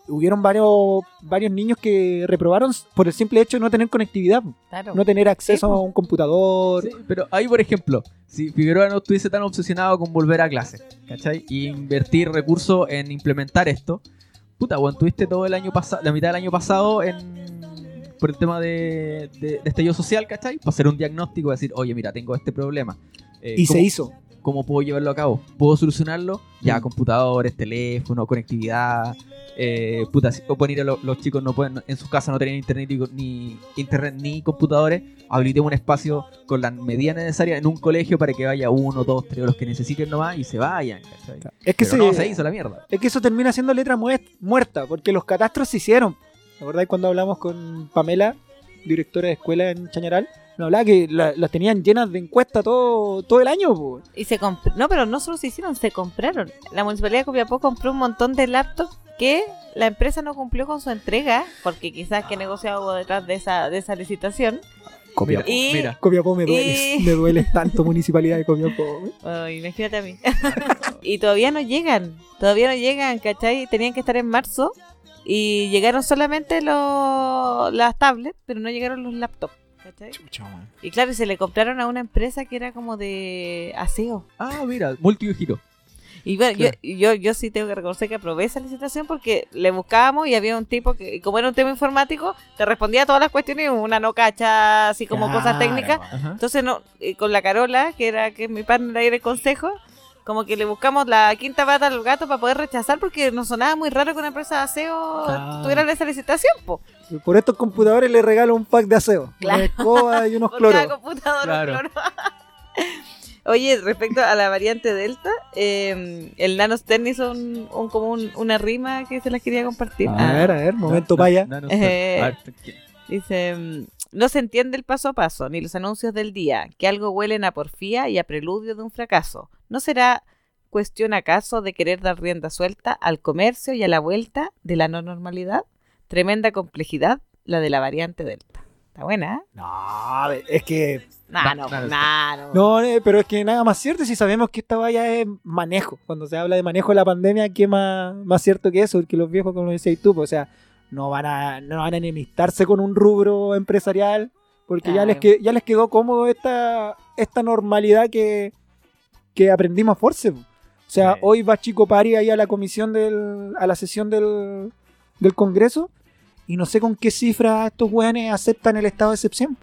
hubieron varios, varios niños que reprobaron por el simple hecho de no tener conectividad. po. claro. no tener acceso Sí, pues. a un computador. Sí, pero ahí, por ejemplo, si Figueroa no estuviese tan obsesionado con volver a clase, ¿cachai? Y invertir recursos en implementar esto, puta, weón, tuviste todo el año pasado, la mitad del año pasado en por el tema de, de- de estallido social, ¿cachai? Para hacer un diagnóstico y decir, oye, mira, tengo este problema. Eh, Y se ¿cómo- hizo. ¿Cómo puedo llevarlo a cabo? ¿Puedo solucionarlo? Ya, Mm. computadores, teléfono, conectividad. Eh, puta, si puedo poner a lo- los chicos no pueden, en sus casas no tienen internet ni, ni internet ni computadores. Habilitemos un espacio con las medidas necesarias en un colegio para que vaya uno, dos, tres, los que necesiten nomás y se vayan. ¿cachai? Es que, Pero se, no, se hizo la mierda. es que eso termina siendo letra muer- muerta, porque los catastros se hicieron. ¿Te acordás cuando hablamos con Pamela, directora de escuela en Chañaral? Nos hablaba que la- las tenían llenas de encuestas todo, todo el año. po. Y se comp- no, pero no solo se hicieron, se compraron. La municipalidad de Copiapó compró un montón de laptops que la empresa no cumplió con su entrega, porque quizás Ah. que negociado hubo detrás de esa, de esa licitación. Mira, Y- mira, Copiapó me dueles, Y- me dueles tanto municipalidad de Copiapó. güey. Oh, imagínate a mí. y todavía no llegan, todavía no llegan, ¿cachai? Tenían que estar en marzo y llegaron solamente los las tablets, pero no llegaron los laptops, ¿cachai? Y claro, y se le compraron a una empresa que era como de aseo. ah, mira, multigiro. Y bueno, Claro. yo, yo, yo sí tengo que reconocer que aprobé esa licitación porque le buscábamos y había un tipo que, como era un tema informático, te respondía a todas las cuestiones, una no cacha, así como cosas Claro, técnicas. Ajá. Entonces, no, eh, con la Carola, que era que es mi partner ahí el consejo, como que le buscamos la quinta pata al gato para poder rechazar porque nos sonaba muy raro que una empresa de aseo Ah. tuviera esa licitación, po. Por estos computadores le regalo un pack de aseo, Claro. una escoba y unos Por cada cloros. computadora, Claro. un cloro. Oye, respecto a la variante Delta, eh, el Nano Stern hizo un, un- como un- una rima que se las quería compartir. A ver, a ver, momento No, no, vaya. no, no, Eh, a ver, tranquilo. Dice, mm, no se entiende el paso a paso, ni los anuncios del día, que algo huelen a porfía y a preludio de un fracaso. ¿No será cuestión acaso de querer dar rienda suelta al comercio y a la vuelta de la no normalidad? Tremenda complejidad la de la variante Delta. Está buena, ¿eh? No, es que Nah, Va- no, claro, nah, no. No, eh, pero es que nada más cierto si sabemos que esta valla es manejo. Cuando se habla de manejo de la pandemia, ¿qué más, más cierto que eso? Porque los viejos, como decías tú, pues, o sea, no van a, no van a enemistarse con un rubro empresarial, porque ya Claro. les que- ya les quedó cómodo esta, esta normalidad que, que aprendimos a force. po. O sea, Sí. hoy va Chico Pari ahí a la comisión del, a la sesión del, del Congreso, y no sé con qué cifra estos weones aceptan el estado de excepción.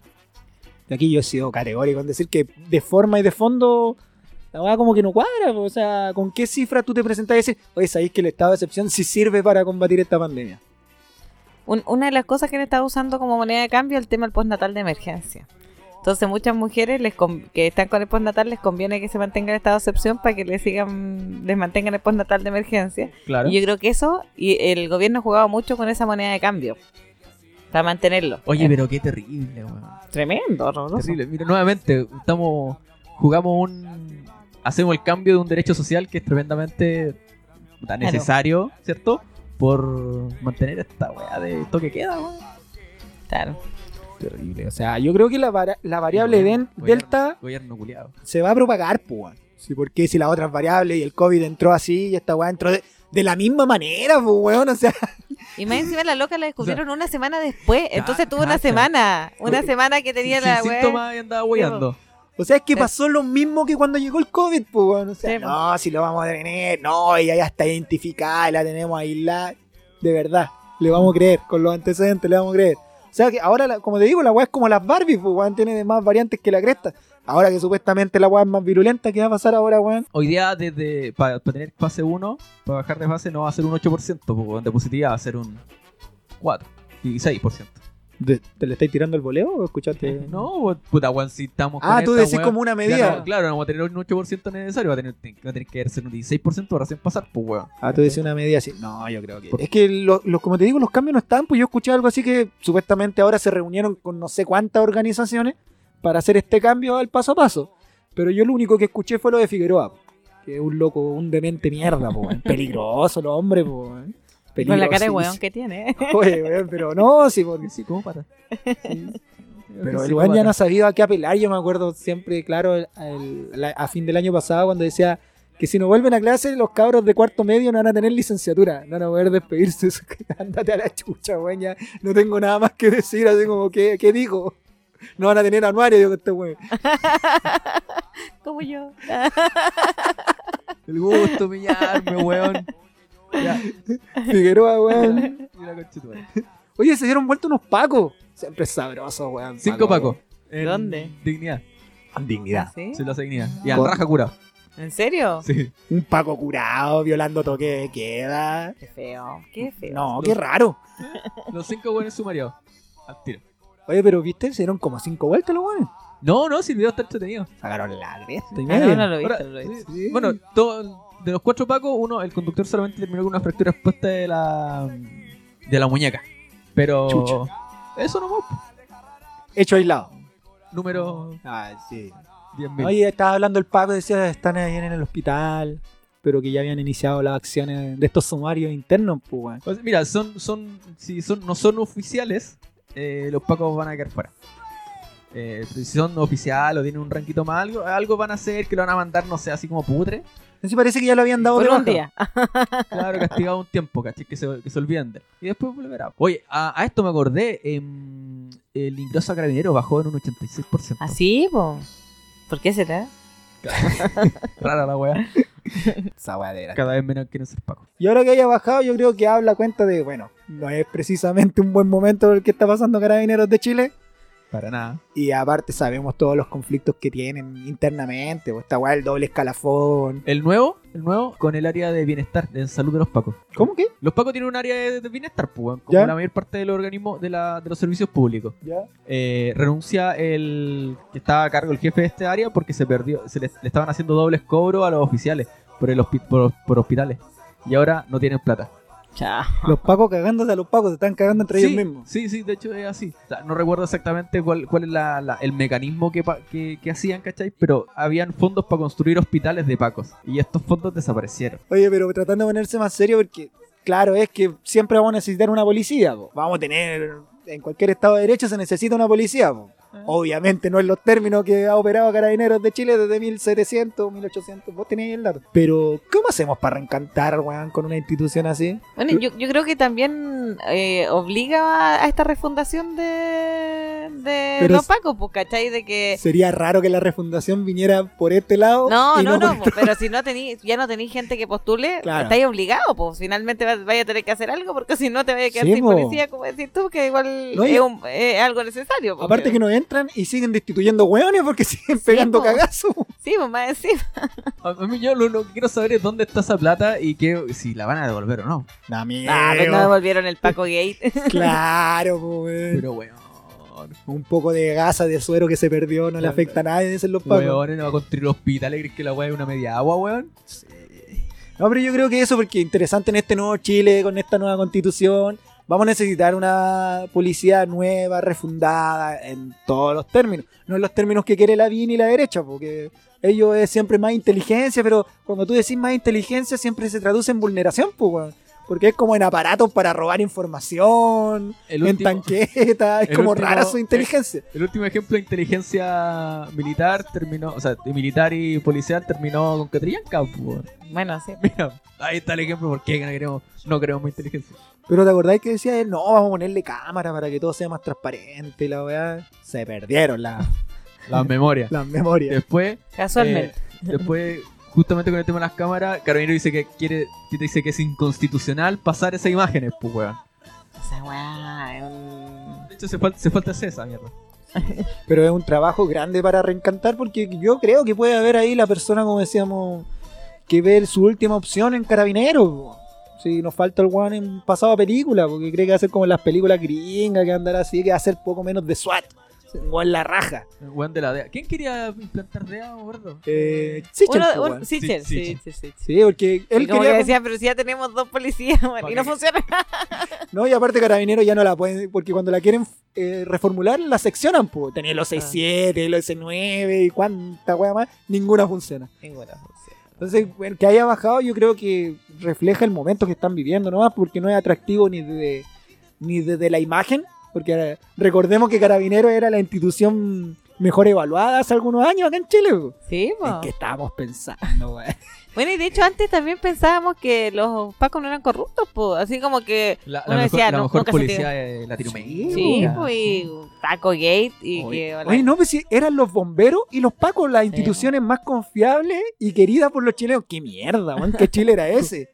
Y aquí yo he sido categórico en decir que de forma y de fondo la weá como que no cuadra. po. O sea, ¿con qué cifra tú te presentás y decís, oye, sabéis que el estado de excepción sí sirve para combatir esta pandemia? Un- una de las cosas que han estado usando como moneda de cambio es el tema del postnatal de emergencia. Entonces muchas mujeres les con- que están con el postnatal les conviene que se mantenga en estado de excepción para que les sigan, les mantengan el postnatal de emergencia. Claro. Y yo creo que eso, y el gobierno jugaba mucho con esa moneda de cambio para mantenerlo. Oye, Es pero qué terrible, weón. tremendo, horroroso. Terrible. Mira, nuevamente, estamos. Jugamos un. Hacemos el cambio de un derecho social que es tremendamente puta, necesario, ¿cierto? Por mantener esta weá de toque queda, weón. Claro. Terrible. O sea, yo creo que la, vara- la variable den- Gobierno- delta Gobierno culiado. se va a propagar, pues. weón. Sí, porque si las otras variables y el COVID entró así y esta weá entró de, de la misma manera, pues, weón. O sea, Y más encima la loca la descubrieron una semana después. Entonces tuvo una cacha. semana. Una Uy, semana que tenía la web. síntomas y andaba weyando. o sea, es que Sí. pasó lo mismo que cuando llegó el COVID, pues, weón. O sea, Sí, po. no, si lo vamos a tener, no, ella ya está identificada, la tenemos aislada. De verdad, le vamos a creer, con los antecedentes le vamos a creer. O sea, que ahora, la- como te digo, la weá es como las Barbies, pues, weón. Tiene más variantes que la cresta. Ahora que supuestamente la weá es más virulenta, ¿qué va a pasar ahora, weón? Hoy día, desde para tener fase 1, para bajar de fase, no va a ser un 8%, porque pues, weón, de positividad va a ser un 4 y 6%. ¿Te, te le estáis tirando el voleo o escuchaste? No, weón, puta, weón, si estamos. Ah, con tú esta decís weá- como una Ya medida. no, claro, no va a tener un 8% necesario, va a tener, va a tener que ser un 16% para recién pasar, pues weón. Ah, tú dices una medida así. No, yo creo que. Es que, lo- lo- como te digo, los cambios no están. Pues yo escuché algo así que supuestamente ahora se reunieron con no sé cuántas organizaciones para hacer este cambio al paso a paso. Pero yo lo único que escuché fue lo de Figueroa. Que es un loco, un demente mierda, po, weón. Peligroso los hombres, po. weón. Con la cara de Peligrosísimo. weón que tiene. Oye, weón, pero no, sí, porque. psicópata. Pero el weón ya no ha sabido a qué apelar. Yo me acuerdo siempre, claro, el- el- la- a fin del año pasado cuando decía que si no vuelven a clase, los cabros de cuarto medio no van a tener licenciatura. No van a poder despedirse. Eso que- Ándate a la chucha, weón. ya no tengo nada más que decir. Así como, ¿qué, qué digo? No van a tener anuario, digo este weón. Como yo. El gusto humillarme, weón. Ya. Figueroa, weón. Mira, conchetumare. Oye, se dieron vuelta unos pacos. Siempre sabrosos, weón. Cinco Paco. En ¿Dónde? Dignidad. Dignidad. ¿Sí? Se lo hace dignidad. Y al Con- raja cura. ¿En serio? Sí. Un paco curado, violando toque de queda. Qué feo. Qué feo. No, qué raro. Los cinco buenos sumariados. Al tiro. Oye, pero viste, se dieron como cinco vueltas los weones. No, no, si el video está entretenido. Sacaron la cresta y Ah, no, media. no lo he Ahora, visto, no lo he visto. sí, Bueno, todo- de los cuatro Pacos, uno, el conductor solamente terminó con una fractura expuesta de la. de la muñeca. Pero. Chucha. Eso no po. Hecho aislado. Número Ah, sí. 10.000. Oye, estaba hablando el Paco, decía, están ahí en el hospital, pero que ya habían iniciado las acciones de estos sumarios internos, pues, weón. O sea, mira, son, son, si son, no son oficiales, eh, los pacos van a quedar fuera. Eh, si son oficial o tienen un ranquito más, algo, algo van a hacer que lo van a mandar, no sé, así como putre. Entonces parece que ya lo habían dado Por de un baja. día. Ah, Claro, castigado un tiempo, ¿cachai? Que se, que se olviden de él. Y después volverá. Oye, a, a esto me acordé. em, el ingreso a carabinero bajó en un 86%. ¿Así? Ah, po. ¿Por qué será? Rara la weá. Esa weá de la- Cada vez menos quieren ser pacos. Y ahora que haya bajado, yo creo que habla cuenta de, bueno, no es precisamente un buen momento el que está pasando Carabineros de Chile. Para nada. Y aparte sabemos todos los conflictos que tienen internamente, o esta weá, el doble escalafón. El nuevo, el nuevo, con el área de bienestar, de salud de los pacos. ¿Cómo que? Los pacos tienen un área de, de bienestar, pues, weón, como ¿Ya? la mayor parte de los organismos de, la- de los servicios públicos. Ya. Eh, renuncia el que estaba a cargo el jefe de este área porque se perdió, se les- le, estaban haciendo dobles cobros a los oficiales por el hospi- por, por hospitales y ahora no tienen plata. Chao. Los Pacos cagándose a los Pacos, se están cagando entre Sí, ellos mismos. sí, sí, de hecho es así. O sea, no recuerdo exactamente cuál, cuál es la- la- el mecanismo que, pa- que, que hacían, ¿cachai? Pero habían fondos para construir hospitales de pacos y estos fondos desaparecieron. Oye, pero tratando de ponerse más serio porque, claro, es que siempre vamos a necesitar una policía. po. Vamos a tener, en cualquier estado de derecho se necesita una policía. po. Ah. Obviamente no en los términos que ha operado Carabineros de Chile desde 1700, 1800, vos tenéis el dato. Pero, ¿cómo hacemos para reencantar, weón, con una institución así? Bueno, yo, yo creo que también eh, obliga a, a esta refundación de, de Pero los es- Pacos, pues, ¿cachai? De que... Sería raro que la refundación viniera por este lado. No, y no, por este no, po, pero si no tení, ya no tenéis gente que postule, Claro. estáis obligados, pues finalmente vas- vaya a tener que hacer algo, porque si no te vaya a quedar Sí, sin po. policía, como decís tú, que igual No, y- es, un- es algo necesario. po, Aparte que no entran y siguen destituyendo weones porque siguen pegando po. cagazos. Sí, pues más encima. A a mí yo lo, lo que quiero saber es dónde está esa plata y que, si la van a devolver o no. No, pues Ah, pero no devolvieron el Paco Gate. Claro, po, weón. Pero bueno, Weón, Un poco de gasa, de suero que se perdió, no le afecta a nadie, dicen los pacos. Weón, no va a construir hospital, ¿crees que la weá es una media agua, weón? No, pero yo creo que eso, porque interesante en este nuevo Chile, con esta nueva constitución, vamos a necesitar una policía nueva, refundada, en todos los términos. No en los términos que quiere la DIN y la derecha, porque ellos es siempre más inteligencia, pero cuando tú decís más inteligencia siempre se traduce en vulneración, pues, weón. Porque es como en aparatos para robar información, El en último- tanquetas, es el como último- rara su inteligencia. El último ejemplo de inteligencia militar terminó, o sea, de militar y policial terminó con Catrillanca, pues, weón. Bueno, sí. Mira, ahí está el ejemplo por qué no queremos, no queremos más inteligencia. Pero ¿te acordáis que decía él? No, vamos a ponerle cámara para que todo sea más transparente, y la weá. Se perdieron la- La memoria. las memorias. Después, Casualmente. Eh, después, justamente con el tema de las cámaras, Carabinero dice que quiere, que dice que es inconstitucional pasar esas imágenes, pues weón. Esa weá es un- De hecho, se, fal- se falta hacer esa mierda. Pero es un trabajo grande para reencantar porque yo creo que puede haber ahí la persona, como decíamos, que ve su última opción en Carabineros. po. Si nos falta el one en pasado a película, porque cree que va a ser como en las películas gringas, que andará así, que va a ser poco menos de SWAT. O en la raja. El weón de la DEA. ¿Quién quería implantar DEA, gordo? Eh, Sichel, Uno- po, un- weón. sí, Sí, Chel, sí, sí, sí, sí, sí. Sí, porque él Y como quería... que decía, pero si ya tenemos dos policías weón, y no qué? funciona. No, y aparte Carabineros ya no la pueden, porque cuando la quieren eh, reformular, la seccionan, pues. Tenía los 6-7, los 6-9 y cuánta wea más, ninguna funciona. Ninguna funciona. Entonces, el que haya bajado yo creo que refleja el momento que están viviendo nomás, porque no es atractivo ni de, ni desde la imagen, porque eh, recordemos que Carabinero era la institución mejor evaluada hace algunos años acá en Chile. po. Sí, po. ¿En qué estábamos pensando, weón? Bueno, y de hecho antes también pensábamos que los pacos no eran corruptos, po. así como que La, la uno mejor, decía, la no, mejor nunca se policía tiene- de Latinoamérica. Sí, Ya. po, y Taco Gate y que... Oye, no, pues si eran los bomberos y los pacos las instituciones más confiables y queridas por los chilenos. ¡Qué mierda, weón! ¿Qué Chile era ese?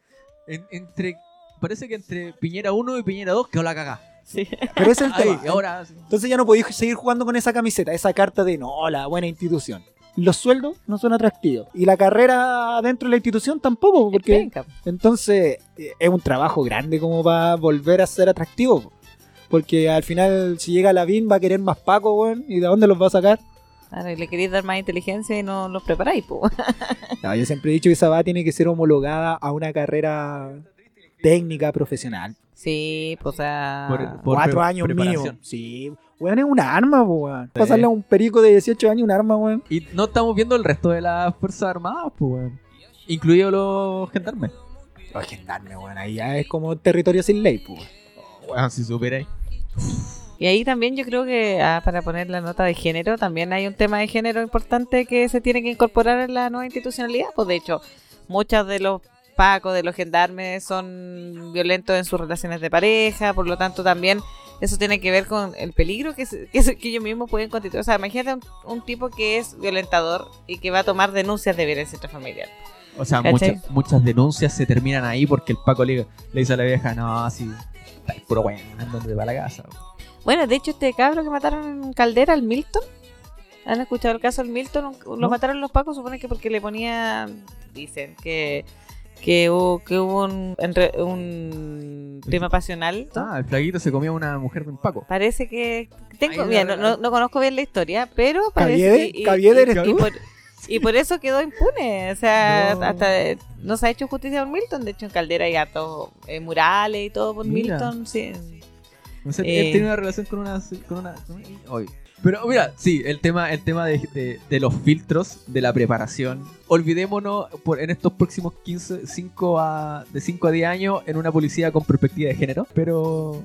En- entre, parece que entre Piñera 1 y Piñera 2 quedó la cagá. Sí. Pero ese es el Ay, tema. ahora sí. Entonces ya no podéis seguir jugando con esa camiseta, esa carta de no, la buena institución. Los sueldos no son atractivos. Y la carrera dentro de la institución tampoco, porque Penca, po. entonces eh, es un trabajo grande como para volver a ser atractivo. po. Porque al final, si llega la BIN, va a querer más Paco, weón. ¿Y de dónde los va a sacar? Claro, y le queréis dar más inteligencia y no los preparáis, po. No, yo siempre he dicho que esa va tiene que ser homologada a una carrera técnica profesional. Sí, pues o sea... Por- por- Cuatro pre- años mínimo. preparación. Sí, weón, es una arma, po, weón. Pasarle a un perico de 18 años un arma, weón. Y no estamos viendo el resto de las Fuerzas Armadas, pues weón. Incluidos los gendarmes. Los gendarmes, weón, ahí ya es como territorio sin ley, pues. Weón, si supierais. Y ahí también yo creo que, ah, para poner la nota de género, también hay un tema de género importante que se tiene que incorporar en la nueva institucionalidad. Pues de hecho, muchos de los pacos, de los gendarmes, son violentos en sus relaciones de pareja, por lo tanto también eso tiene que ver con el peligro que, se- que, se- que ellos mismos pueden constituir. O sea, imagínate un, un tipo que es violentador y que va a tomar denuncias de violencia intrafamiliar. O sea, ¿Cachai? muchas, muchas denuncias se terminan ahí porque el Paco le, le dice a la vieja, no, si estáis puro weón, ¿dónde va la casa? weón?". Bueno, de hecho, este cabro que mataron en Caldera, al Milton. ¿Han escuchado el caso del Milton? Un- Lo mataron los pacos, supone que porque le ponía. Dicen que, que hubo, que hubo un, enre- un tema pasional. Ah, el flaguito se comió a una mujer de un Paco. Parece que. Tengo, Ahí mira, la- no, no- no conozco bien la historia, pero parece. ¿Caviedes? y- y- ¿Caviedes eres y- tú? y por, y por eso quedó impune. O sea, No. hasta no se ha hecho justicia por Milton. De hecho, en Caldera hay gatos eh, murales y todo por Mira. Milton. Sí. No sé, Eh. él tiene una relación con una... Con una, con una- oye. Pero mira, sí, el tema, el tema de, de- de los filtros, de la preparación. Olvidémonos por, en estos próximos 15, 5 a, de 5 a 10 años en una policía con perspectiva de género. Pero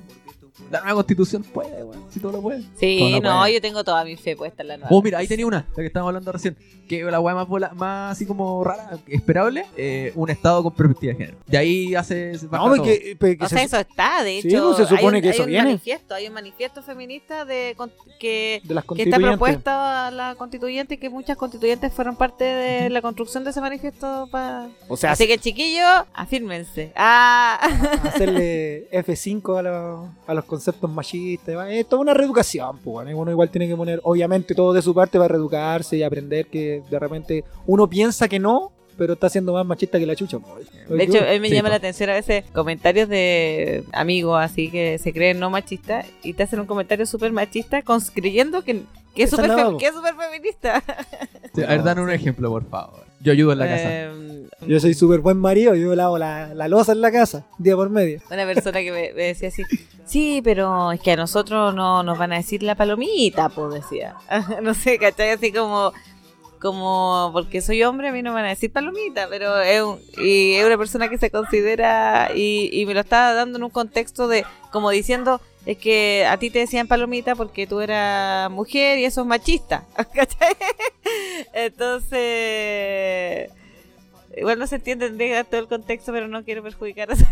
la nueva constitución puede, weón, si todo lo puede. Sí, Todo lo no, puede. yo tengo toda mi fe puesta en la nueva. Oh, mira, ahí tenía una, la que estábamos hablando recién. Que la weá más, bola- más así como rara, esperable, eh, un estado con perspectiva de género. De ahí hace. baja No, pues porque, porque O se- sea, eso está, de Sí, hecho. pues, se hay supone un- que hay eso un viene. Manifiesto, hay un manifiesto feminista de con- que, de las que está constituyentes. propuesto a la constituyente y que muchas constituyentes fueron parte de la construcción de ese manifiesto. pa- O sea, Así que, chiquillos, afírmense. Ah, hacerle F5 a, los- a los conceptos machistas. va, Es toda una reeducación, pues, bueno, y uno igual tiene que poner, obviamente, todo de su parte para reeducarse y aprender que de repente uno piensa que no, pero está siendo más machista que la chucha. pues, po. De hecho, a mí me Sí, llama po. la pues. atención a veces comentarios de amigos así que se creen no machistas y te hacen un comentario súper machista conscriyendo que, que es Esa súper no, fem- po. que es súper feminista. Sí, a ver, dan un ejemplo, por favor. Yo ayudo en la casa. Eh, yo soy súper buen marido, yo lavo la, la losa en la casa, día por medio. Una persona que me, me decía así, sí, pero es que a nosotros no nos van a decir la palomita, pues decía. no sé, ¿cachai? Así como, como, porque soy hombre, a mí no me van a decir palomita, pero es, un- y es una persona que se considera, y, y me lo estaba dando en un contexto de, como diciendo, es que a ti te decían palomita porque tú eras mujer y eso es machista, ¿cachai? Entonces... Igual no se entiende llega todo el contexto, pero no quiero perjudicar a esa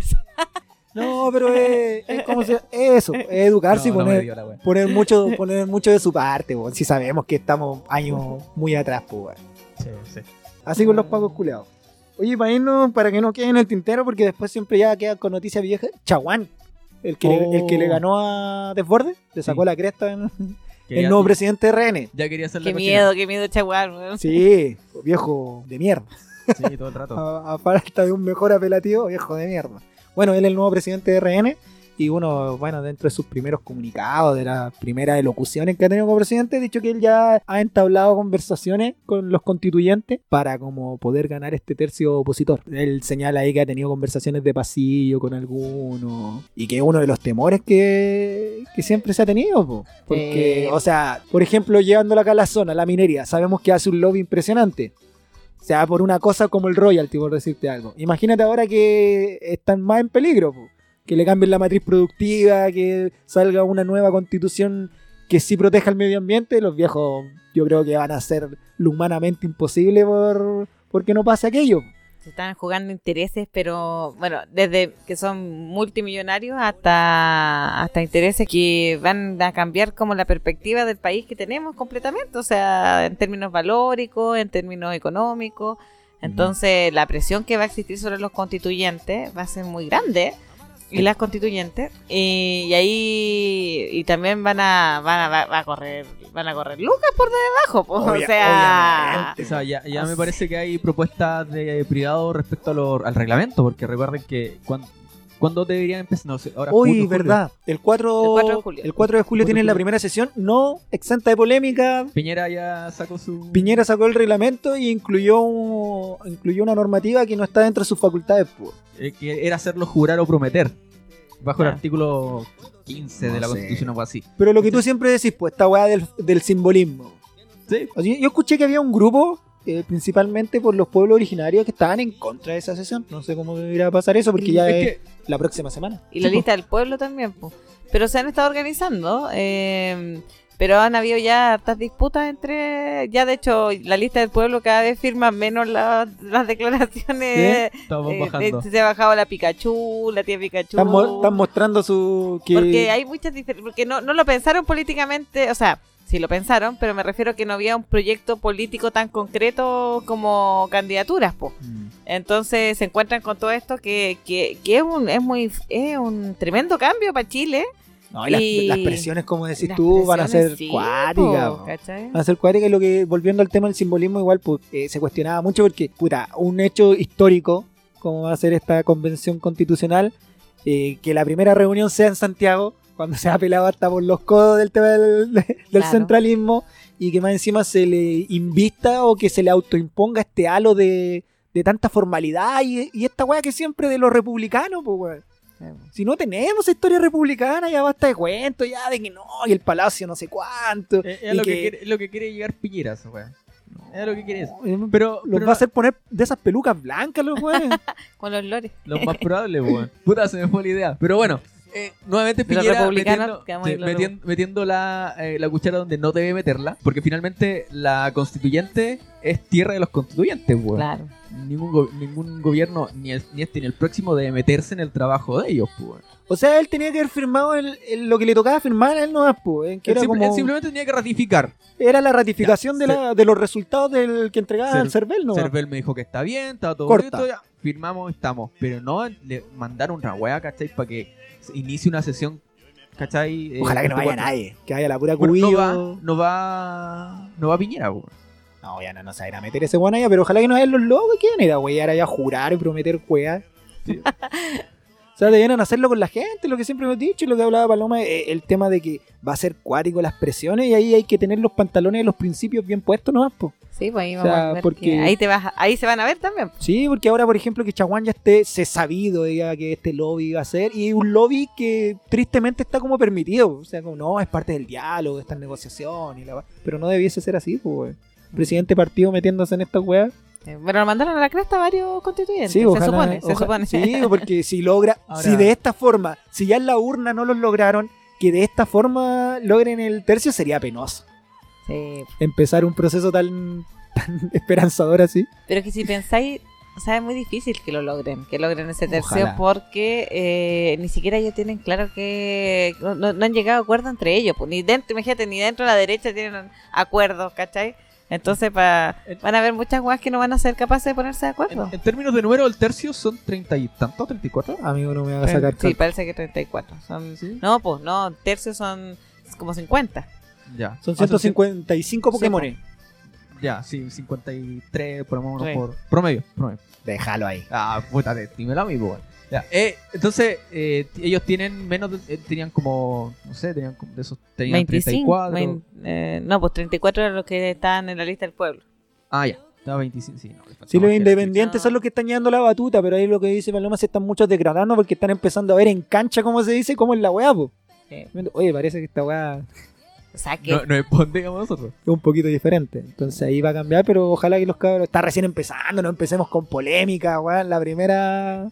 No, pero es, es como se- eso, es educarse y No, no me poner, dio la wea. poner mucho poner mucho de su parte, po, si sabemos que estamos años muy atrás, pues, po, weón. Así Ah. con los pagos culeados. Oye, para irnos, para que no queden en el tintero, porque después siempre ya queda con noticias viejas, Chaguán, el que, Oh. le, el que le ganó a Desborde, le sacó Sí. la cresta en, Que el ya- nuevo presidente de RN. Ya quería hacer la Qué cochina. miedo, qué miedo chaguar, weón. Sí, viejo de mierda. Sí, todo el rato. A, a falta de un mejor apelativo, viejo de mierda. Bueno, él es el nuevo presidente de RN y uno, bueno, dentro de sus primeros comunicados, de las primeras elocuciones que ha tenido como presidente, ha dicho que él ya ha entablado conversaciones con los constituyentes para como poder ganar este tercio opositor. Él señala ahí que ha tenido conversaciones de pasillo con algunos y que es uno de los temores que, que siempre se ha tenido, po. porque, Eh. o sea, por ejemplo, llevándola acá a la zona, la minería, sabemos que hace un lobby impresionante. O sea, por una cosa como el royalty, por decirte algo. Imagínate ahora que están más en peligro, po. que le cambien la matriz productiva, que salga una nueva constitución que sí proteja el medio ambiente. Los viejos, yo creo que van a hacer lo humanamente imposible por porque no pase aquello. Se están jugando intereses, pero bueno, desde que son multimillonarios hasta, hasta intereses que van a cambiar como la perspectiva del país que tenemos completamente, o sea, en términos valóricos, en términos económicos. Entonces, la presión que va a existir sobre los constituyentes va a ser muy grande. Y las constituyentes. Y, y ahí. Y también van a, van a, va- va a correr. Van a correr lucas por debajo. po, o Obvia- sea. O sea, ya, ya Ah, me sí. parece que hay propuestas de privado respecto a lo- al reglamento, porque recuerden que cuando, deberían empezar, no sé, ahora junio, Hoy, julio. ¿verdad? El 4, El 4 de julio. el 4 de julio tienen la primera sesión, no exenta de polémica, Piñera ya sacó su Piñera sacó el reglamento y incluyó, un- incluyó una normativa que no está dentro de sus facultades. pues. po. eh, que era hacerlo jurar o prometer bajo Ah. el artículo 15 de No la sé. Constitución o algo así. Pero lo que tú siempre decís, pues, esta weá del, del simbolismo. Sí. O sea, yo escuché que había un grupo, eh, principalmente por los pueblos originarios, que estaban en contra de esa sesión. No sé cómo irá a pasar eso, porque ya es, es que la próxima semana. Y la Sí, po. lista del pueblo también, po. Pero se han estado organizando, eh, pero han habido ya hartas disputas entre... Ya de hecho, la lista del pueblo cada vez firma menos la- las declaraciones. estamos eh, bajando. de- se ha bajado la Pikachu, la tía Pikachu. Están, mo- están mostrando su... Que, Porque hay muchas diferencias, porque no, no lo pensaron políticamente, o sea, sí lo pensaron, pero me refiero que no había un proyecto político tan concreto como candidaturas, po. Mm. Entonces se encuentran con todo esto que, que, que es un es muy es un tremendo cambio para Chile. No, y las, y- las presiones, como decís Las tú, van a presiones, ser sí, cuáticas. po, po. Ah. ¿cachai? Van a ser cuáticas. Y lo que, volviendo al tema del simbolismo, igual pues, eh, se cuestionaba mucho porque, puta, un hecho histórico, como va a ser esta convención constitucional, eh, que la primera reunión sea en Santiago, cuando se ha apelado hasta por los codos del tema del, del Claro. centralismo, y que más encima se le invista o que se le autoimponga este halo de, de tanta formalidad y, y esta weá que siempre de los republicanos, pues weón. Si no tenemos historia republicana, ya basta de cuentos, ya de que no, y el palacio no sé cuánto. Eh, y es lo que, que- quiere, es lo que quiere llegar Piñera, esa wea. Es lo que quiere eso. Eh, Pero, Los pero va a hacer poner de esas pelucas blancas, los weones. Con los lores. Lo más probable, weón. Puta, se me fue la idea. Pero bueno, eh, nuevamente De los Piñera republicanos, metiendo, quedamos sí, ahí los metien- metiendo la, eh, la cuchara donde no debe meterla, porque finalmente la constituyente es tierra de los constituyentes, weón. Claro. Ningún, go- ningún gobierno, ni, el- ni este ni el próximo, debe meterse en el trabajo de ellos, pues, weón. O sea, él tenía que haber firmado el- el- lo que le tocaba firmar a él nomás, po, eh, que Él era, simple- él como, simplemente tenía que ratificar. era la ratificación Ya, de, la- de los resultados del que entregaba Cer- el CERVEL, ¿no? Cervel me dijo que está bien, está todo Corta. listo, ya, firmamos, estamos. Pero no le mandaron una weá, ¿cachai? Para que se inicie una sesión, ¿cachai? Eh, Ojalá que no vaya 24. nadie, que vaya la pura Bueno, cubillo. no va, no va, no va Piñera, weón. No, ya no, no se va a ir a meter ese weón allá, pero ojalá que no hagan los locos. ¿Quién era, weón? Ahora a jurar y prometer weas. O sea, debieran hacerlo con la gente, lo que siempre hemos dicho y lo que hablaba Paloma, eh, el tema de que va a ser cuático las presiones y ahí hay que tener los pantalones de los principios bien puestos nomás, po. Sí, pues ahí O vamos sea, a ver. porque- que ahí, te vas a- ahí se van a ver también. Sí, porque ahora, por ejemplo, que Chaguán ya esté se sabido diga, que este lobby iba a ser, y un lobby que tristemente está como permitido, o sea, como no, es parte del diálogo, estas negociaciones, y la va- pero no debiese ser así, pues. Presidente de partido metiéndose en estas weas. Eh, Pero lo mandaron a la cresta varios constituyentes. se ojalá- supone, se oja- supone. Sí, pues, porque si logra, Ahora- si de esta forma, si ya en la urna no los lograron, que de esta forma logren el tercio sería penoso. Sí. Empezar un proceso tan, tan esperanzador así. Pero que si pensáis, o sea, es muy difícil que lo logren, que logren ese tercero Ojalá. porque eh, ni siquiera ya tienen claro que no, no- no han llegado a acuerdo entre ellos, pues, ni dentro, imagínate, ni dentro de la derecha tienen acuerdos, ¿cachai? Entonces pa- van a haber muchas guas que no van a ser capaces de ponerse de En, acuerdo. en términos de número, el tercio son treinta y tanto, treinta y cuatro. Amigo, no me haga sacar Sí, carta. parece que 34. Son, No, pues no, tercios son como 50. Ya. Son Ah, cien- 155 Sí, Pokémon. Ya, sí, 53, ponemos Sí. por promedio, promedio. Déjalo ahí. Ah, puta, de- dímelo a mí, po, weón. Ya, eh, entonces, eh, t- ellos tienen menos, de- eh, tenían como, no sé, tenían como de esos, tenían 25. 34. vein- eh, no, pues 34 eran los que estaban en la lista del pueblo. Ah, ya, estaba 25, sí. No, le faltaba Sí, los jerarquía. independientes No. son los que están llevando la batuta, pero ahí lo que dice Paloma se están muchos degradando porque están empezando a ver en cancha cómo se dice, cómo es la weá, po. Sí. Oye, parece que esta weá O sea que No, no es pon, digamos nosotros. es un poquito diferente. Entonces ahí va a cambiar, pero ojalá que los cabros. Está recién empezando, no empecemos con polémica, weón. La primera.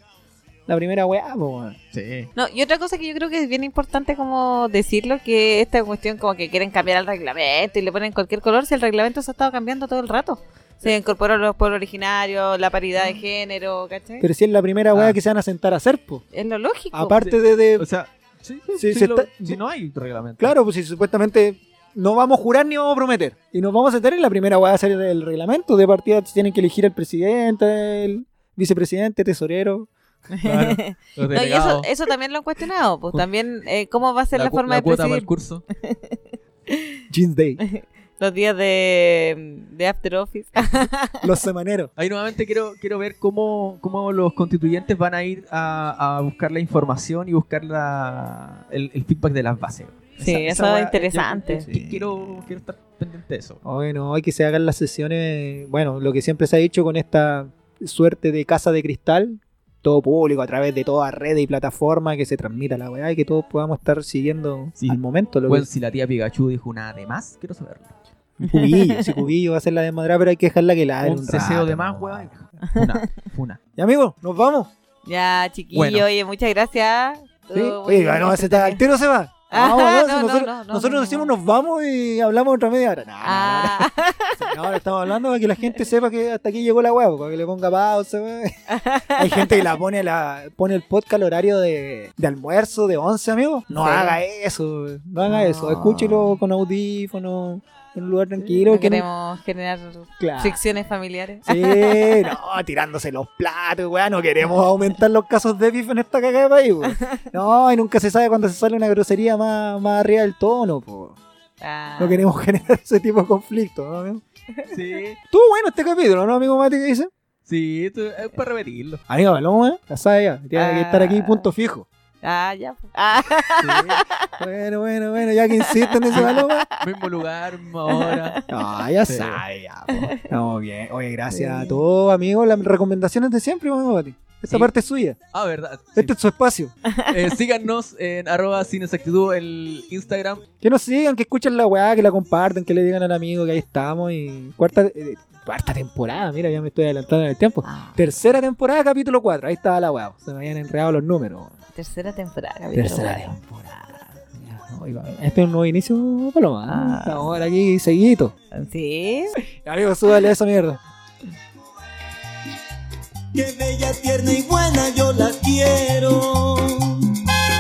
La primera weá, po, weón. Sí. No, y otra cosa que yo creo que es bien importante como decirlo, que esta cuestión como que quieren cambiar el reglamento y le ponen cualquier color, si el reglamento se ha estado cambiando todo el rato. Se incorporó los pueblos originarios, la paridad de género, ¿cachai? Mm. Pero si es la primera weá Ah. que se van a sentar a hacer, po. es lo lógico. Aparte de. de- O sea, sí, sí, Sí, sí se lo- está- si no hay reglamento. claro, pues si supuestamente. No vamos a jurar ni vamos a prometer. Y nos vamos a sentar en la primera weá a hacer el reglamento. De partida tienen que elegir el presidente, el vicepresidente, tesorero. Claro, los No, y eso, delegados, eso también lo han cuestionado, pues también eh, cómo va a ser la, cu- forma de cuota para presidir el curso. Jeans Day. los días de, de After Office. Los semaneros. Ahí nuevamente quiero, quiero ver cómo, cómo los constituyentes van a ir a, a buscar la información y buscar la, el, el feedback de las bases. Sí, eso es weá, eh, interesante. yo- yo- yo quiero, quiero estar pendiente de eso. Bueno, hay que se hagan las sesiones. Bueno, lo que siempre se ha dicho con esta suerte de casa de cristal, todo público, a través de toda red y plataforma que se transmita la weá y que todos podamos estar siguiendo Sí. al momento lo Bueno, si la tía Pikachu dijo nada de más, quiero saberlo. que cubillo, si cubillo va a ser la desmadrada, pero hay que dejarla que la un deseo de más, weá. Funa, funa. Y amigos, nos vamos. ya, chiquillo, Bueno. oye, muchas gracias. ¿Sí? Estuvo muy Oye, no, se está, el tiro se va. Ah, Vamos, no, vamos, no, nosotros no, no, nosotros no, decimos no. nos vamos y hablamos otra media hora. No, no, no, no. Ah. No, ahora estamos hablando para que la gente sepa que hasta aquí llegó la huevo, para que le ponga pausa. wey. Hay gente que la pone la pone el podcast al horario de, de almuerzo de 11, amigo. No Sí. haga eso, wey. no haga No. eso. Escúchelo con audífono, en un lugar tranquilo. No que no- queremos generar Claro. fricciones familiares. Sí, no, tirándose los platos, weá, no queremos aumentar los casos de bif en esta cagada de país, wey. No, y nunca se sabe cuando se sale una grosería más, más arriba del tono, po. Ah. No queremos generar ese tipo de conflicto, ¿no, amigo? Sí, Estuvo bueno este capítulo, ¿no, amigo Mati? ¿Qué dice? sí, tú- es para repetirlo. Amigo Paloma, la sabe ya. Tiene que Ah. estar aquí, punto fijo. Ah, ya. pues. Ah, Bueno, bueno, bueno, ya que insisten en ese Paloma. Mismo lugar, misma hora. No, ya Sí. sabe ya. po. Estamos bien. Oye, gracias a todos, amigos. Las recomendaciones de siempre, amigo Mati. Esta Sí. parte es suya. Ah, verdad. sí. Este es su espacio. Eh, síganos en arroba sin exactitud el Instagram. Que nos sigan, que escuchen la weá, que la compartan, que le digan al amigo que ahí estamos. Y cuarta, eh, cuarta temporada, mira, ya me estoy adelantando en el tiempo. Ah, Tercera temporada, capítulo 4. Ahí está la weá. Se me habían enredado los números. tercera temporada. capítulo Tercera cuatro. temporada. Este es un nuevo inicio, Paloma. Ah. Estamos ahora aquí seguidito. Sí. Amigo, súbale a esa mierda. Qué bella, tierna y buena yo la quiero.